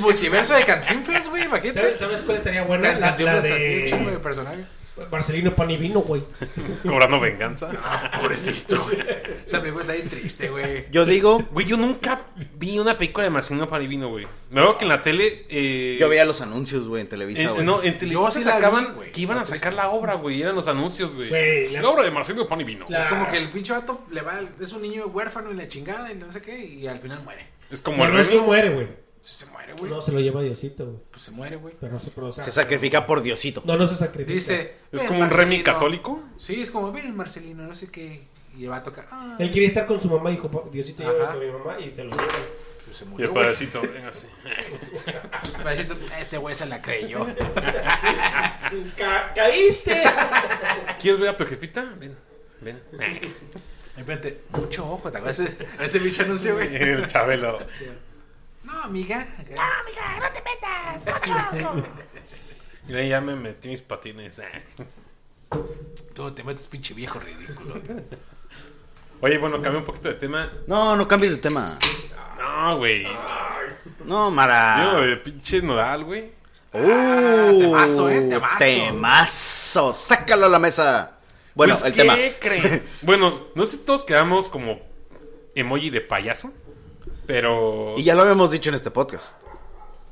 [SPEAKER 4] multiverso de Cantinflas, güey. Imagínate.
[SPEAKER 5] ¿Sabes, sabes cuál estaría buena? La, la
[SPEAKER 4] Cantinflas así, un chingo de
[SPEAKER 5] de
[SPEAKER 4] personaje.
[SPEAKER 5] Marcelino Pan y Vino, güey.
[SPEAKER 1] Cobrando venganza.
[SPEAKER 4] Pobrecito, güey. Esa película está bien triste, güey.
[SPEAKER 3] Yo digo,
[SPEAKER 1] Güey, yo nunca vi una película de Marcelino Panivino, güey. Me acuerdo que en la tele. eh,
[SPEAKER 3] yo veía los anuncios, güey, en
[SPEAKER 1] en-
[SPEAKER 4] Eh,
[SPEAKER 3] Televisa, güey.
[SPEAKER 1] no, en Televisa
[SPEAKER 4] sí la vi,
[SPEAKER 1] sacaban
[SPEAKER 4] güey.
[SPEAKER 1] que iban a sacar la obra, güey. Eran los anuncios, güey.
[SPEAKER 5] Güey,
[SPEAKER 1] la...
[SPEAKER 5] la-
[SPEAKER 1] obra de Marcelino Panivino.
[SPEAKER 5] La-
[SPEAKER 4] Es como que el pinche vato le va. al- Es un niño huérfano y la chingada y no sé qué. Y al final muere.
[SPEAKER 1] Es como
[SPEAKER 5] No,
[SPEAKER 1] el
[SPEAKER 5] no es que
[SPEAKER 1] Remy.
[SPEAKER 5] muere, güey.
[SPEAKER 4] Pues Se muere, güey.
[SPEAKER 5] No, se lo lleva Diosito, güey.
[SPEAKER 4] Pues se muere, güey.
[SPEAKER 5] Pero no se produce.
[SPEAKER 3] Se sacrifica por Diosito.
[SPEAKER 5] No, no se sacrifica.
[SPEAKER 4] Dice.
[SPEAKER 1] Es
[SPEAKER 4] "Ven,
[SPEAKER 1] como un Remy
[SPEAKER 4] Marcelino".
[SPEAKER 1] católico.
[SPEAKER 4] Sí, es como, ven, Marcelino, no sé qué. Y va a tocar. Ah,
[SPEAKER 5] Él quería estar con su mamá y dijo, "Pa- Diosito,
[SPEAKER 4] Ajá.
[SPEAKER 5] llévame con mi mamá y se lo lleva.
[SPEAKER 4] pues se
[SPEAKER 1] Y el
[SPEAKER 4] murió. güey.
[SPEAKER 1] padrecito, ven así.
[SPEAKER 4] Parece- Este güey se la creyó.
[SPEAKER 5] ¡Ca- ¡Caíste!
[SPEAKER 1] ¿Quieres ver a tu jefita? Ven, ven.
[SPEAKER 4] Espérate, mucho ojo, ¿te acuerdas? Ese- Ese bicho anuncio, güey.
[SPEAKER 1] El Chabelo.
[SPEAKER 4] No, amiga.
[SPEAKER 1] Y ahí ya me metí mis patines.
[SPEAKER 4] Tú te metes pinche viejo ridículo. güey.
[SPEAKER 1] Oye, bueno, cambié un poquito de tema.
[SPEAKER 3] No, no cambies de tema.
[SPEAKER 1] No, güey.
[SPEAKER 3] No, Mara.
[SPEAKER 1] Yo, el pinche nodal, güey.
[SPEAKER 3] Uh,
[SPEAKER 4] temazo, eh, temazo.
[SPEAKER 3] temazo. Sácalo a la mesa. Bueno,
[SPEAKER 1] Pues,
[SPEAKER 3] el
[SPEAKER 1] ¿qué
[SPEAKER 3] tema.
[SPEAKER 1] creen? bueno, no sé si todos quedamos como emoji de payaso, pero...
[SPEAKER 3] Y ya lo habíamos dicho en este podcast.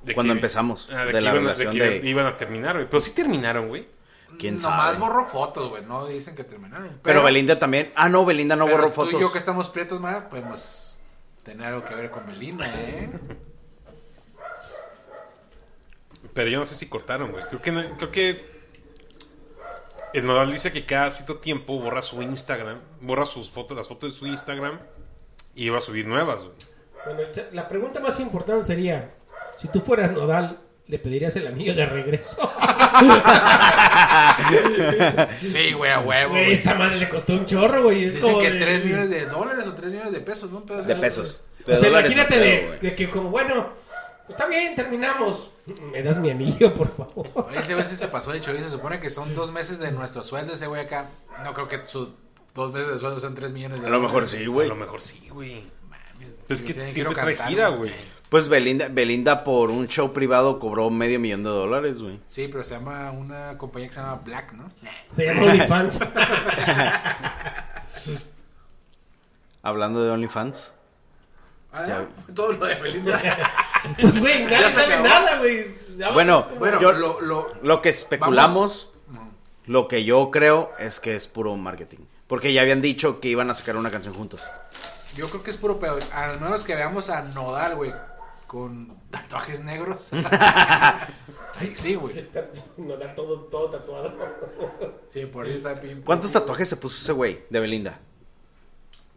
[SPEAKER 1] de
[SPEAKER 3] cuando empezamos,
[SPEAKER 1] Ah,
[SPEAKER 3] de
[SPEAKER 1] que
[SPEAKER 3] la
[SPEAKER 1] iban,
[SPEAKER 3] relación
[SPEAKER 1] que
[SPEAKER 3] de-
[SPEAKER 1] iban a terminar, güey. Pero sí terminaron, güey.
[SPEAKER 3] ¿Quién
[SPEAKER 4] Nomás
[SPEAKER 3] sabe?
[SPEAKER 4] borró fotos, güey. No dicen que terminaron.
[SPEAKER 3] Pero Belinda también. Ah, no, Belinda no
[SPEAKER 4] pero
[SPEAKER 3] borró
[SPEAKER 4] tú y
[SPEAKER 3] fotos.
[SPEAKER 4] yo que estamos prietos, Mara, podemos tener algo que ver con Belinda, ¿eh?
[SPEAKER 1] Pero yo no sé si cortaron, güey. Creo que... no- Creo que el nodal dice que cada cierto tiempo borra su Instagram, borra sus fotos, las fotos de su Instagram y va a subir nuevas, güey.
[SPEAKER 5] bueno, esta- la pregunta más importante sería: si tú fueras Nodal, ¿le pedirías el anillo de regreso?
[SPEAKER 4] Sí, güey, a huevo.
[SPEAKER 5] Güey,
[SPEAKER 4] güey.
[SPEAKER 5] esa madre le costó un chorro, güey. Es
[SPEAKER 4] Dicen
[SPEAKER 5] como
[SPEAKER 4] que
[SPEAKER 5] de-
[SPEAKER 4] 3 millones de dólares o 3 millones de pesos, ¿no? Un pedo así.
[SPEAKER 3] De pesos.
[SPEAKER 5] O sea,
[SPEAKER 3] De dólares,
[SPEAKER 5] imagínate
[SPEAKER 3] no creo,
[SPEAKER 5] de,
[SPEAKER 3] güey.
[SPEAKER 5] de que, como, bueno, pues, está bien, terminamos. Me das mi anillo, por favor.
[SPEAKER 4] Oye, Ese güey sí se pasó de chorizo. Se supone que son dos meses de nuestro sueldo. Ese güey acá, no creo que sus dos meses de sueldo sean 3 millones de
[SPEAKER 3] A lo mejor
[SPEAKER 4] dólares.
[SPEAKER 3] sí,
[SPEAKER 1] A
[SPEAKER 3] güey.
[SPEAKER 1] lo mejor sí, güey.
[SPEAKER 4] Mames,
[SPEAKER 1] Pues es que
[SPEAKER 4] yo tiene-
[SPEAKER 1] siempre
[SPEAKER 4] quiero
[SPEAKER 1] trae
[SPEAKER 4] cantar,
[SPEAKER 1] gira, güey.
[SPEAKER 3] Pues Belinda, Belinda por un show privado cobró medio millón de dólares, güey.
[SPEAKER 4] Sí, pero se llama una compañía que se llama Black, ¿no?
[SPEAKER 5] Se llama OnlyFans.
[SPEAKER 3] Hablando de OnlyFans.
[SPEAKER 4] Ah, ya, todo lo de Belinda.
[SPEAKER 5] Pues, güey, nadie
[SPEAKER 4] Ya se
[SPEAKER 5] sabe
[SPEAKER 4] acabó.
[SPEAKER 5] nada, güey. Ya
[SPEAKER 3] Bueno,
[SPEAKER 5] ves,
[SPEAKER 4] Ah, bueno,
[SPEAKER 3] Yo-
[SPEAKER 4] lo, lo-
[SPEAKER 3] Lo que especulamos,
[SPEAKER 4] no.
[SPEAKER 3] lo que yo creo es que es puro marketing. Porque ya habían dicho que iban a sacar una canción juntos.
[SPEAKER 4] yo creo que es puro pedo. Al menos que veamos a Nodal, güey, con tatuajes negros. Ay, sí, güey.
[SPEAKER 5] Nos das todo, todo tatuado.
[SPEAKER 4] Sí, por ahí está pim.
[SPEAKER 3] ¿Cuántos tatuajes se puso ese güey de Belinda?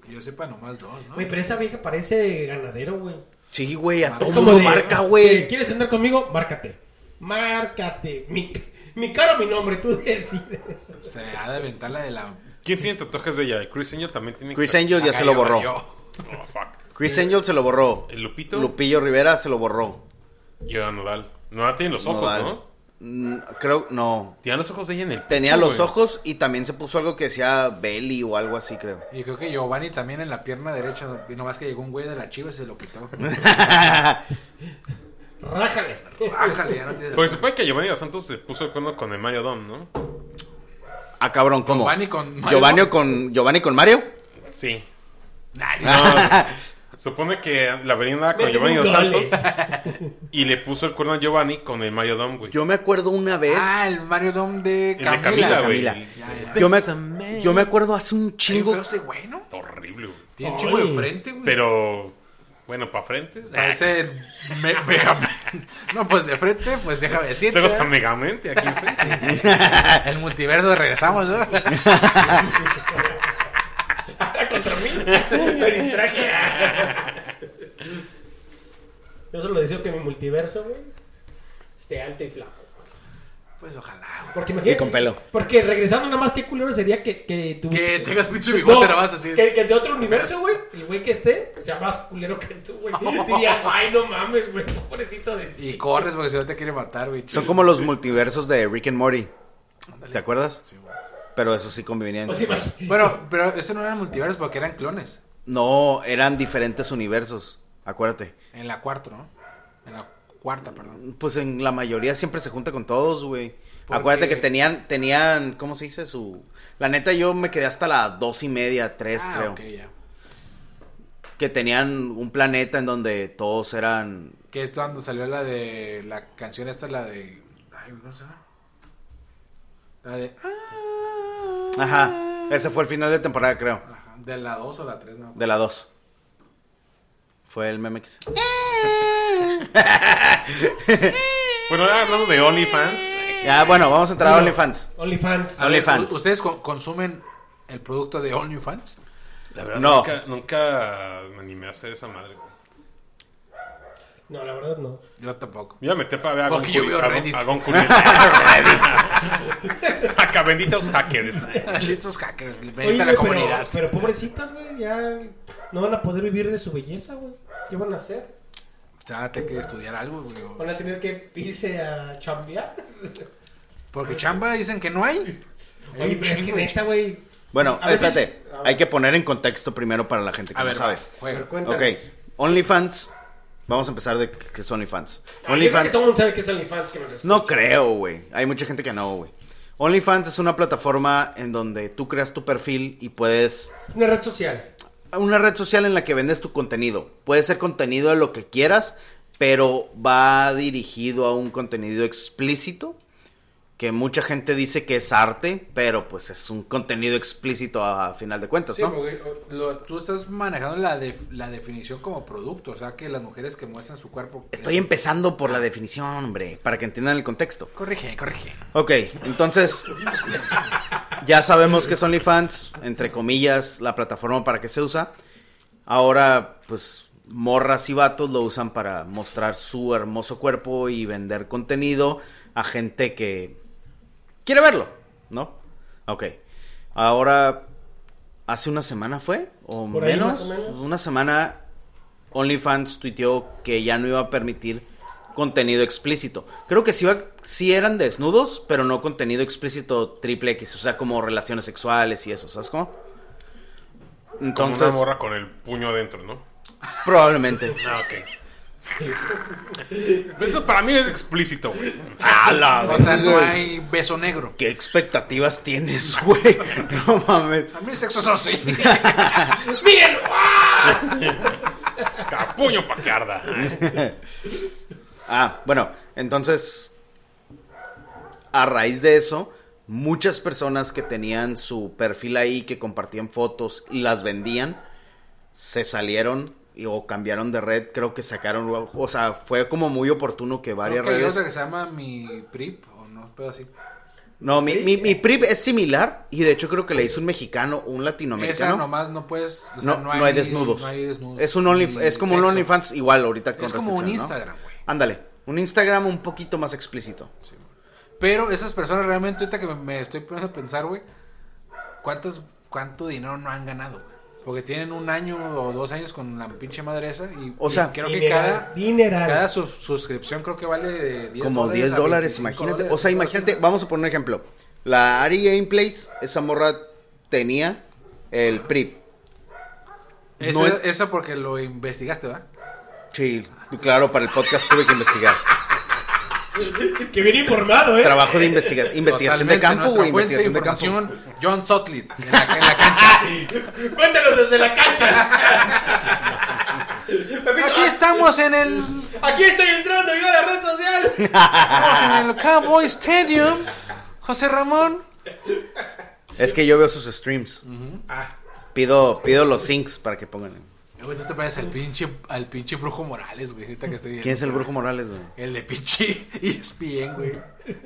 [SPEAKER 4] Que yo sepa, nomás dos, ¿no?
[SPEAKER 5] Güey, pero esa vieja parece ganadero, güey.
[SPEAKER 3] Sí, güey, a
[SPEAKER 4] Es
[SPEAKER 3] todo
[SPEAKER 4] como
[SPEAKER 3] mundo
[SPEAKER 5] de,
[SPEAKER 3] marca, güey.
[SPEAKER 5] eh, ¿Quieres andar conmigo? Márcate. Márcate. Mi, mi cara o mi nombre, tú decides.
[SPEAKER 4] Se ha de aventar la de la.
[SPEAKER 1] ¿Quién tiene tatuajes de ella? Chris Angel también tiene Ah,
[SPEAKER 3] Chris Angel ya se lo borró.
[SPEAKER 1] Oh, fuck.
[SPEAKER 3] Chris Angel se lo borró.
[SPEAKER 1] ¿El Lupito?
[SPEAKER 3] Lupillo Rivera se lo borró.
[SPEAKER 1] Y ahora Nodal. Nodal tiene los ojos,
[SPEAKER 3] Nodal.
[SPEAKER 1] ¿no?
[SPEAKER 3] Mm, Creo, no.
[SPEAKER 1] Tenía los ojos de ella en el
[SPEAKER 3] Tenía
[SPEAKER 1] pecho,
[SPEAKER 3] los
[SPEAKER 1] güey.
[SPEAKER 3] ojos y también se puso algo que decía Belly o algo así, creo.
[SPEAKER 4] Y creo que Giovanni también en la pierna derecha. Y nomás que llegó un güey de la chiva y se lo quitó.
[SPEAKER 3] Ah,
[SPEAKER 5] Rájale.
[SPEAKER 4] Bájale, ya no tiene.
[SPEAKER 1] Porque supone que Giovanni Dos Santos se puso de acuerdo con el Mario Dom, ¿no?
[SPEAKER 3] Ah, cabrón, ¿cómo?
[SPEAKER 4] Giovanni con Mario.
[SPEAKER 3] Giovanni con, Giovanni con Mario.
[SPEAKER 1] Sí.
[SPEAKER 4] Nah,
[SPEAKER 1] No, Supone que la venía con
[SPEAKER 5] Mete
[SPEAKER 1] Giovanni dos
[SPEAKER 5] goles.
[SPEAKER 1] Santos y le puso el cuerno a Giovanni con el Mario Dom, güey.
[SPEAKER 3] Yo me acuerdo una vez.
[SPEAKER 4] Ah, el Mario Dome de
[SPEAKER 1] El de
[SPEAKER 4] Camila.
[SPEAKER 1] Camila, güey.
[SPEAKER 3] Camila.
[SPEAKER 4] Ya, ya.
[SPEAKER 3] Yo me,
[SPEAKER 2] Bésame.
[SPEAKER 3] yo me acuerdo hace un
[SPEAKER 4] Qué
[SPEAKER 3] chingo.
[SPEAKER 4] feo ese güey, ¿no?
[SPEAKER 1] Horrible, güey.
[SPEAKER 4] Tiene un chingo de
[SPEAKER 5] Ay.
[SPEAKER 4] frente, güey.
[SPEAKER 1] Pero, bueno, para frente.
[SPEAKER 4] Parece me- Megaman. No, pues de frente, pues déjame decirte.
[SPEAKER 1] Tengo hasta
[SPEAKER 4] ¿eh?
[SPEAKER 1] Megamente aquí enfrente.
[SPEAKER 4] El multiverso regresamos, ¿no?
[SPEAKER 5] Contra mí. Me distraje. Yo solo deseo que mi multiverso, güey, esté alto y flaco.
[SPEAKER 4] Pues ojalá, güey.
[SPEAKER 5] Porque imagínate-
[SPEAKER 3] Y con pelo.
[SPEAKER 5] Porque regresando nada más, qué culero sería que, que tú.
[SPEAKER 4] Que tengas pinche
[SPEAKER 5] No,
[SPEAKER 4] bigote, la vas a decir.
[SPEAKER 5] que, que de otro universo, güey, el güey que esté sea más culero que tú, güey. Dirías, ay, no mames, güey, pobrecito de ti.
[SPEAKER 4] Y corres porque si no te quiere matar, güey.
[SPEAKER 3] Son como los multiversos de Rick and Morty.
[SPEAKER 4] Ándale.
[SPEAKER 3] ¿Te acuerdas?
[SPEAKER 4] Sí, güey.
[SPEAKER 3] Pero eso sí convivían.
[SPEAKER 5] O sea, imagínate.
[SPEAKER 4] Bueno, pero eso no eran multiversos porque eran clones.
[SPEAKER 3] No, eran diferentes universos. Acuérdate.
[SPEAKER 4] En la cuarta, ¿no? En la cuarta, perdón.
[SPEAKER 3] Pues en la mayoría siempre se junta con todos, güey.
[SPEAKER 4] Porque-
[SPEAKER 3] Acuérdate que tenían, tenían, ¿cómo se dice? Su. La neta, yo me quedé hasta las dos y media, tres,
[SPEAKER 4] ah,
[SPEAKER 3] creo.
[SPEAKER 4] ok, ya.
[SPEAKER 3] Que tenían un planeta en donde todos eran.
[SPEAKER 4] Que esto cuando salió la de. La canción esta es la de. Ay, güey, ¿cómo se llama? La de.
[SPEAKER 3] Ajá. Ese fue el final de temporada, creo.
[SPEAKER 4] Ajá, De la 2 o la 3, ¿no?
[SPEAKER 3] De la 2. Fue el meme que se.
[SPEAKER 1] Bueno, ahora hablando de OnlyFans.
[SPEAKER 3] Ya, Ah, bueno, vamos a entrar a
[SPEAKER 5] Bueno.
[SPEAKER 3] OnlyFans. Ah.
[SPEAKER 5] OnlyFans.
[SPEAKER 4] A ver,
[SPEAKER 3] OnlyFans.
[SPEAKER 4] ¿u- ¿Ustedes co- consumen el producto de OnlyFans?
[SPEAKER 1] La verdad,
[SPEAKER 3] No.
[SPEAKER 1] nunca, nunca me animé a hacer esa madre, güey.
[SPEAKER 5] No, la verdad no.
[SPEAKER 4] Yo tampoco.
[SPEAKER 1] Yo me metí para ver algún
[SPEAKER 4] Porque yo veo
[SPEAKER 1] algún-
[SPEAKER 4] Reddit.
[SPEAKER 1] algún culinario. Acá benditos hackers.
[SPEAKER 4] Estos hackers, le
[SPEAKER 5] Oye,
[SPEAKER 4] a la
[SPEAKER 5] güey, pero-
[SPEAKER 4] comunidad.
[SPEAKER 5] Pero, pobrecitas, güey, ya no van a poder vivir de su belleza, güey. ¿Qué van a hacer?
[SPEAKER 4] O sea, tengo que estudiar algo, güey. o-
[SPEAKER 5] ¿Van a tener que irse a chambear?
[SPEAKER 4] Porque chamba dicen que no hay. Hay un
[SPEAKER 5] Oye, pero es que
[SPEAKER 4] chingo de
[SPEAKER 5] neta, güey.
[SPEAKER 3] Bueno,
[SPEAKER 5] A veces-
[SPEAKER 3] espérate.
[SPEAKER 5] a ver.
[SPEAKER 3] Hay que poner en contexto primero para la gente que
[SPEAKER 4] A
[SPEAKER 3] no
[SPEAKER 4] ver,
[SPEAKER 3] sabe.
[SPEAKER 4] va,
[SPEAKER 5] A ver,
[SPEAKER 4] juega.
[SPEAKER 5] cuéntanos.
[SPEAKER 3] Ok, OnlyFans. Vamos a empezar de que es OnlyFans.
[SPEAKER 5] Ah, yo creo que
[SPEAKER 3] OnlyFans.
[SPEAKER 5] Todo el mundo sabe que es OnlyFans. Que nos escucha.
[SPEAKER 3] No creo, güey. Hay mucha gente que no, güey. OnlyFans es una plataforma en donde tú creas tu perfil y puedes
[SPEAKER 5] Es una red social.
[SPEAKER 3] una red social en la que vendes tu contenido. Puede ser contenido de lo que quieras, pero va dirigido a un contenido explícito que mucha gente dice que es arte, pero pues es un contenido explícito a, a final de cuentas,
[SPEAKER 4] Sí,
[SPEAKER 3] ¿no?
[SPEAKER 4] porque o, lo- tú estás manejando la, def- la definición como producto, o sea, que las mujeres que muestran su cuerpo...
[SPEAKER 3] Estoy empezando por la definición, hombre, para que entiendan el contexto.
[SPEAKER 4] Corrige, corrige.
[SPEAKER 3] Ok, entonces ya sabemos que es OnlyFans, entre comillas, la plataforma para que se usa. Ahora, pues morras y vatos lo usan para mostrar su hermoso cuerpo y vender contenido a gente que quiere verlo, ¿no? Ok. Ahora, hace una semana fue, o
[SPEAKER 5] Por ahí,
[SPEAKER 3] menos,
[SPEAKER 5] más o menos.
[SPEAKER 3] una semana, OnlyFans tuiteó que ya no iba a permitir contenido explícito. Creo que sí, iba, sí eran desnudos, pero no contenido explícito triple X, o sea, como relaciones sexuales y eso, ¿sabes cómo?
[SPEAKER 1] Con una
[SPEAKER 3] Entonces,
[SPEAKER 1] morra con el puño adentro, ¿no?
[SPEAKER 3] probablemente.
[SPEAKER 1] Ah, ok. Eso para mí es explícito, güey.
[SPEAKER 3] ¡A la
[SPEAKER 4] O sea, no
[SPEAKER 3] güey!
[SPEAKER 4] hay beso negro.
[SPEAKER 3] ¿Qué expectativas tienes, güey? No mames.
[SPEAKER 4] A mí el sexo es así.
[SPEAKER 5] ¡Mírenlo!
[SPEAKER 1] A puño pa' que arda.
[SPEAKER 3] Ah, bueno, entonces, a raíz de eso, muchas personas que tenían su perfil ahí, que compartían fotos y las vendían, se salieron y- o cambiaron de red, creo que sacaron, o sea, fue como muy oportuno que varias
[SPEAKER 4] Creo que hay
[SPEAKER 3] redes...
[SPEAKER 4] otra que se llama mi prip o no, pero así.
[SPEAKER 3] No, mi, mi, mi PRIP es similar y de hecho creo que le hizo un mexicano, un latinoamericano.
[SPEAKER 4] Esa nomás no puedes. o sea,
[SPEAKER 3] no, no hay, desnudos.
[SPEAKER 4] no hay desnudos.
[SPEAKER 3] Es, un only,
[SPEAKER 4] Ni
[SPEAKER 3] es como un
[SPEAKER 4] sexo.
[SPEAKER 3] OnlyFans igual ahorita con
[SPEAKER 4] Es como un
[SPEAKER 3] restricción, ¿no?
[SPEAKER 4] Instagram, güey.
[SPEAKER 3] Ándale, un Instagram un poquito más explícito.
[SPEAKER 4] Pero esas personas realmente, ahorita que me, me estoy poniendo a pensar, güey, ¿cuántas, ¿cuánto dinero no han ganado, güey? Porque tienen un año o dos años con la pinche madre esa. Y,
[SPEAKER 3] O
[SPEAKER 4] y
[SPEAKER 3] sea,
[SPEAKER 4] creo que
[SPEAKER 5] Dineral,
[SPEAKER 4] cada,
[SPEAKER 5] dineral.
[SPEAKER 4] cada su- suscripción creo que vale de 10
[SPEAKER 3] como 10
[SPEAKER 4] a
[SPEAKER 3] dólares,
[SPEAKER 4] 25
[SPEAKER 3] imagínate.
[SPEAKER 4] dólares,
[SPEAKER 3] o sea,
[SPEAKER 4] algo así,
[SPEAKER 3] imagínate,
[SPEAKER 4] ¿no?
[SPEAKER 3] vamos a poner un ejemplo. La Ari Gameplays, esa morra tenía el PRIP.
[SPEAKER 4] Esa,
[SPEAKER 3] no es-
[SPEAKER 4] esa porque lo investigaste, ¿verdad?
[SPEAKER 3] Sí, claro, para el podcast tuve que investigar.
[SPEAKER 5] Que bien informado, ¿eh?
[SPEAKER 3] Trabajo de investiga- investigación de
[SPEAKER 4] Totalmente,
[SPEAKER 3] campo,
[SPEAKER 4] nuestra
[SPEAKER 3] güey,
[SPEAKER 4] fuente de
[SPEAKER 3] investigación de campo.
[SPEAKER 4] información, John Sutcliffe en la, en la cancha.
[SPEAKER 5] Cuéntanos desde la cancha.
[SPEAKER 4] Aquí estamos en el,
[SPEAKER 5] Aquí estoy entrando yo a la red social.
[SPEAKER 4] estamos en el Cowboy Stadium. José Ramón.
[SPEAKER 3] Es que yo veo sus streams.
[SPEAKER 5] Ah,
[SPEAKER 3] Pido, pido los syncs para que pongan.
[SPEAKER 4] Eh, Güey, tú te pareces al pinche, al pinche Brujo Morales, güey. Ahorita que estoy viendo.
[SPEAKER 3] ¿Quién es el brujo Morales, güey?
[SPEAKER 4] El de pinche E ESPN, güey.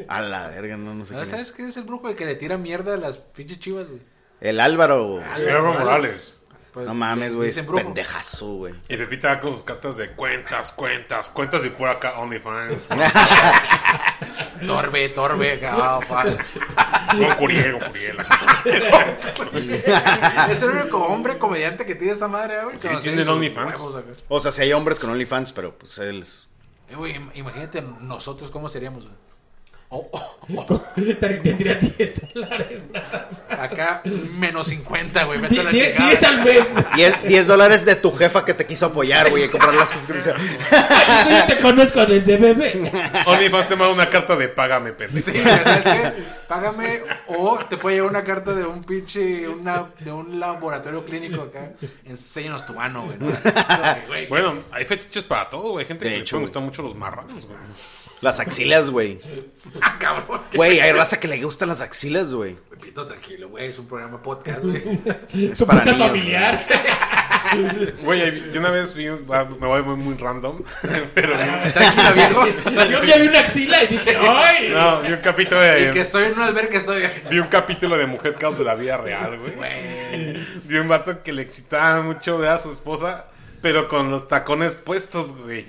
[SPEAKER 3] A la verga, no, no sé
[SPEAKER 4] ¿No
[SPEAKER 3] quién es.
[SPEAKER 4] ¿Ah, ¿Sabes quién es el brujo? El que le tira mierda a las pinches chivas, güey.
[SPEAKER 3] El Álvaro, güey.
[SPEAKER 1] Álvaro Morales.
[SPEAKER 4] Pues,
[SPEAKER 3] No mames,
[SPEAKER 4] le-
[SPEAKER 3] güey.
[SPEAKER 4] dicen brujo.
[SPEAKER 3] Pendejazo, güey.
[SPEAKER 1] Y Pepita va con sus cartas de cuentas, cuentas, cuentas y por acá OnlyFans.
[SPEAKER 4] Torbe, torbe, cabrón, pa.
[SPEAKER 1] Con Curiel, con Curiel.
[SPEAKER 4] Es el único hombre comediante que tiene esa madre, güey. que
[SPEAKER 1] Sí,
[SPEAKER 4] nos
[SPEAKER 1] tiene
[SPEAKER 4] hace sus
[SPEAKER 1] OnlyFans.
[SPEAKER 4] huevos acá.
[SPEAKER 3] O sea, si hay hombres con OnlyFans, pero pues él es...
[SPEAKER 4] Eh, güey, im- imagínate nosotros cómo seríamos, güey. Oh, oh, oh.
[SPEAKER 5] tendrías 10 dólares nada.
[SPEAKER 4] Acá menos 50, güey. Vete a la
[SPEAKER 5] 10
[SPEAKER 4] chingada.
[SPEAKER 5] 10 al mes.
[SPEAKER 3] 10, dólares de tu jefa que te quiso apoyar, güey, a comprar la suscripción.
[SPEAKER 5] Yo ya te conozco desde bebé.
[SPEAKER 1] OnlyFans te manda una carta de págame, pendejo.
[SPEAKER 4] Sí, güey, ¿sabes qué? Págame o te puede llevar una carta de un pinche, una, de un laboratorio clínico acá. Enséñanos tu mano, güey. ¿no? Güey,
[SPEAKER 1] Bueno, hay fetiches para todo, güey. Hay gente
[SPEAKER 3] De
[SPEAKER 1] que
[SPEAKER 3] hecho,
[SPEAKER 1] le
[SPEAKER 3] güey.
[SPEAKER 1] gustan mucho los marranos, güey.
[SPEAKER 3] Las axilas, güey.
[SPEAKER 4] ah, cabrón.
[SPEAKER 3] Güey, hay raza que le gustan las axilas, güey.
[SPEAKER 4] Pepito, tranquilo, güey. Es un programa podcast, güey.
[SPEAKER 3] Es
[SPEAKER 5] Su
[SPEAKER 3] para
[SPEAKER 5] puta
[SPEAKER 3] niños,
[SPEAKER 5] familiar.
[SPEAKER 1] Güey, ahí- yo una vez vi, un- ah, me voy muy, muy random, pero
[SPEAKER 4] Tranquilo, viejo.
[SPEAKER 5] Yo ya vi una axila y dije, ¡ay!
[SPEAKER 1] no, vi un capítulo
[SPEAKER 4] Y que
[SPEAKER 1] de,
[SPEAKER 4] estoy en un albergue, estoy.
[SPEAKER 1] vi un capítulo de Mujer Caos de la vida real, güey. Vi un vato que le excitaba mucho ver a su esposa, pero con los tacones puestos, güey.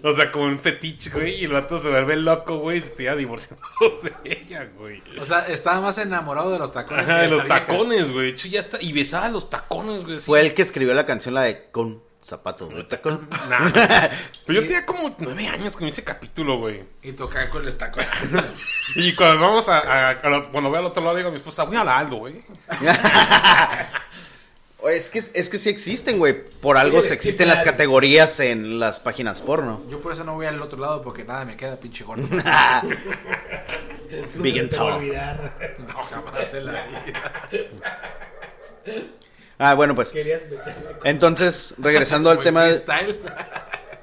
[SPEAKER 1] O sea, como un fetiche, güey, y el vato se vuelve loco, güey, y se tira divorciado de ella, güey.
[SPEAKER 4] O sea, estaba más enamorado de los tacones.
[SPEAKER 1] Ajá,
[SPEAKER 4] que
[SPEAKER 1] de los
[SPEAKER 4] la vieja. Pues,
[SPEAKER 1] tacones, güey. De hecho, ya está. Y besaba los tacones, güey. así.
[SPEAKER 3] Fue el que escribió la canción, la de Con zapatos de tacón.
[SPEAKER 1] Nah, nah. Pero yo tenía como nueve años con ese capítulo, güey.
[SPEAKER 4] Y tocar con los tacones.
[SPEAKER 1] Y cuando vamos a, a- a la- cuando voy al otro lado digo a mi esposa, voy al Aldo, güey.
[SPEAKER 3] Oye, Es que, es que sí existen, güey. Por algo
[SPEAKER 5] Es
[SPEAKER 3] se
[SPEAKER 5] que
[SPEAKER 3] existen las
[SPEAKER 5] claro.
[SPEAKER 3] categorías en las páginas porno. Ah,
[SPEAKER 4] Yo por eso no voy al otro lado porque nada me queda, pinche gordo.
[SPEAKER 3] Big
[SPEAKER 5] No
[SPEAKER 3] and
[SPEAKER 5] te voy a
[SPEAKER 3] tall.
[SPEAKER 5] olvidar.
[SPEAKER 4] No, jamás en la vida.
[SPEAKER 3] Ah, bueno, pues.
[SPEAKER 5] Querías meterle.
[SPEAKER 3] Entonces, regresando al
[SPEAKER 4] Muy
[SPEAKER 3] tema de-
[SPEAKER 4] freestyle.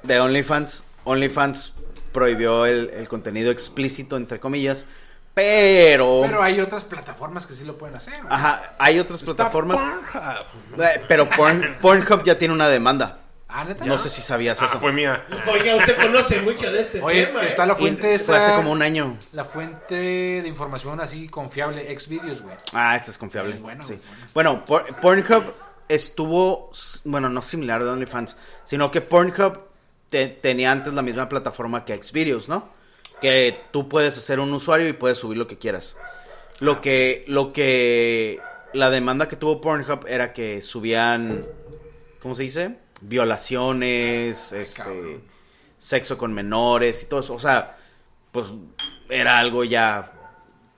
[SPEAKER 3] de OnlyFans. OnlyFans prohibió el, el contenido explícito, entre comillas. Pero.
[SPEAKER 4] Pero hay otras plataformas que sí lo pueden hacer. güey.
[SPEAKER 3] Oh. Ajá, hay otras
[SPEAKER 4] Está
[SPEAKER 3] plataformas.
[SPEAKER 4] Pornhub.
[SPEAKER 3] Eh, Pero Porn- Pornhub ya tiene una demanda.
[SPEAKER 4] Ah, ¿neta?
[SPEAKER 3] No sé si sabías
[SPEAKER 1] Ah,
[SPEAKER 3] eso.
[SPEAKER 1] fue mía.
[SPEAKER 5] Oiga, usted conoce mucho de este
[SPEAKER 4] Oye,
[SPEAKER 5] tema. ¿eh?
[SPEAKER 4] está la
[SPEAKER 3] Y
[SPEAKER 4] fuente esa.
[SPEAKER 3] Fue hace como un año.
[SPEAKER 4] La fuente de información así confiable, Xvideos, güey.
[SPEAKER 3] Ah, este es confiable.
[SPEAKER 4] Es Eh, bueno,
[SPEAKER 3] sí.
[SPEAKER 4] es bueno.
[SPEAKER 3] Bueno, Por- Pornhub estuvo, s- bueno, no similar de OnlyFans, sino que Pornhub te- tenía antes la misma plataforma que Xvideos, ¿no? Que tú puedes hacer un usuario y puedes subir lo que quieras.
[SPEAKER 4] Ah.
[SPEAKER 3] Lo que, lo que, la demanda que tuvo Pornhub era que subían, ¿cómo se dice? Violaciones, este,
[SPEAKER 4] cabrón.
[SPEAKER 3] sexo con menores y todo eso. O sea, pues era algo ya,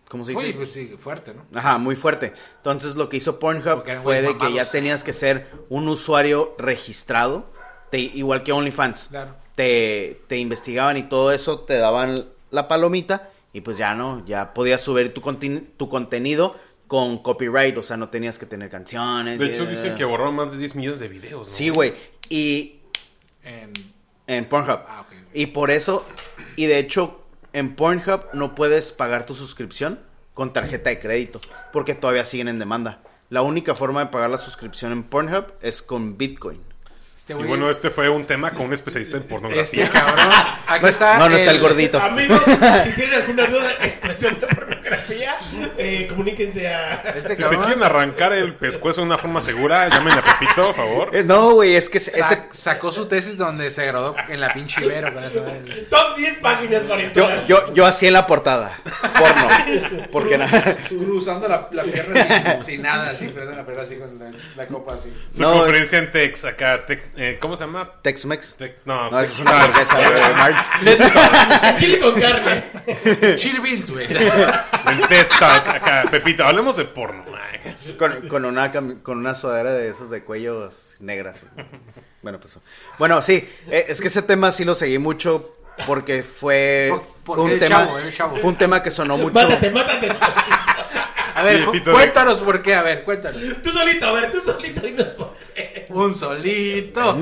[SPEAKER 3] ¿cómo se dice?
[SPEAKER 4] Oye, pues sí, fuerte, ¿no?
[SPEAKER 3] Ajá, muy fuerte. Entonces lo que hizo Pornhub
[SPEAKER 4] Porque eran
[SPEAKER 3] fue de
[SPEAKER 4] güeyes
[SPEAKER 3] que ya
[SPEAKER 4] mamados.
[SPEAKER 3] tenías que ser un usuario registrado, te- igual que OnlyFans.
[SPEAKER 4] Claro.
[SPEAKER 3] Te, te investigaban y todo eso, te daban la palomita y pues ya no, ya podías subir tu, contin- tu contenido con copyright, o sea, no tenías que tener canciones.
[SPEAKER 1] De
[SPEAKER 3] y-
[SPEAKER 1] hecho, dicen que borraron más de 10 millones de videos, ¿no?
[SPEAKER 3] Sí, güey. Y
[SPEAKER 4] En...
[SPEAKER 3] en Pornhub.
[SPEAKER 4] Ah, ok.
[SPEAKER 3] Y por eso, y de hecho, en Pornhub no puedes pagar tu suscripción con tarjeta de crédito, porque todavía siguen en demanda. La única forma de pagar la suscripción en Pornhub es con Bitcoin.
[SPEAKER 4] Este
[SPEAKER 1] Y
[SPEAKER 4] güey.
[SPEAKER 1] bueno, este fue un tema con un especialista en pornografía.
[SPEAKER 4] este cabrón. Aquí
[SPEAKER 3] No, es-
[SPEAKER 4] está.
[SPEAKER 3] no, no está el gordito.
[SPEAKER 5] Amigos, si tienen alguna duda en cuestión de pornografía, eh, comuníquense a.
[SPEAKER 4] Este
[SPEAKER 1] Si se
[SPEAKER 4] cabrón.
[SPEAKER 1] quieren arrancar el pescuezo de una forma segura, llamen a Pepito, por favor.
[SPEAKER 3] Eh, No, güey, es que ese-
[SPEAKER 4] sa- sacó su tesis donde se graduó en la pinche Ibero. con esa madre.
[SPEAKER 5] Top 10 páginas para
[SPEAKER 3] yo,
[SPEAKER 5] entrar.
[SPEAKER 3] yo, yo así en la portada. Porno. Porque na-
[SPEAKER 4] Cruzando la, la pierna sin, sin nada, así, cruzando la pierna así con la, la copa así.
[SPEAKER 1] Su
[SPEAKER 3] no,
[SPEAKER 1] conferencia en Tex, acá, Tex, eh, ¿cómo se llama?
[SPEAKER 3] Tex-Mex.
[SPEAKER 1] Tex- no,
[SPEAKER 3] No,
[SPEAKER 1] Tex-
[SPEAKER 3] esa es
[SPEAKER 4] Ah.
[SPEAKER 3] una hamburguesa, güey, de Mars.
[SPEAKER 5] Chile con carne.
[SPEAKER 4] Chill beans, güey.
[SPEAKER 1] el TED Talk, acá, Pepito, hablemos de porno. Ay.
[SPEAKER 3] Con, con una, cami- con una sudadera de esos de cuellos negras. Bueno, pues. Bueno, sí, eh, es que ese tema sí lo seguí mucho porque fue,
[SPEAKER 4] Por- porque
[SPEAKER 3] fue un
[SPEAKER 4] el
[SPEAKER 3] tema
[SPEAKER 4] chavo, el chavo.
[SPEAKER 3] fue un tema que sonó mucho.
[SPEAKER 5] Mátate, mátate.
[SPEAKER 4] A ver,
[SPEAKER 1] Sí,
[SPEAKER 4] cu-
[SPEAKER 1] Pito,
[SPEAKER 4] cuéntanos por qué, a ver, cuéntanos.
[SPEAKER 5] Tú solito, a ver, tú solito y nos
[SPEAKER 4] Un solito.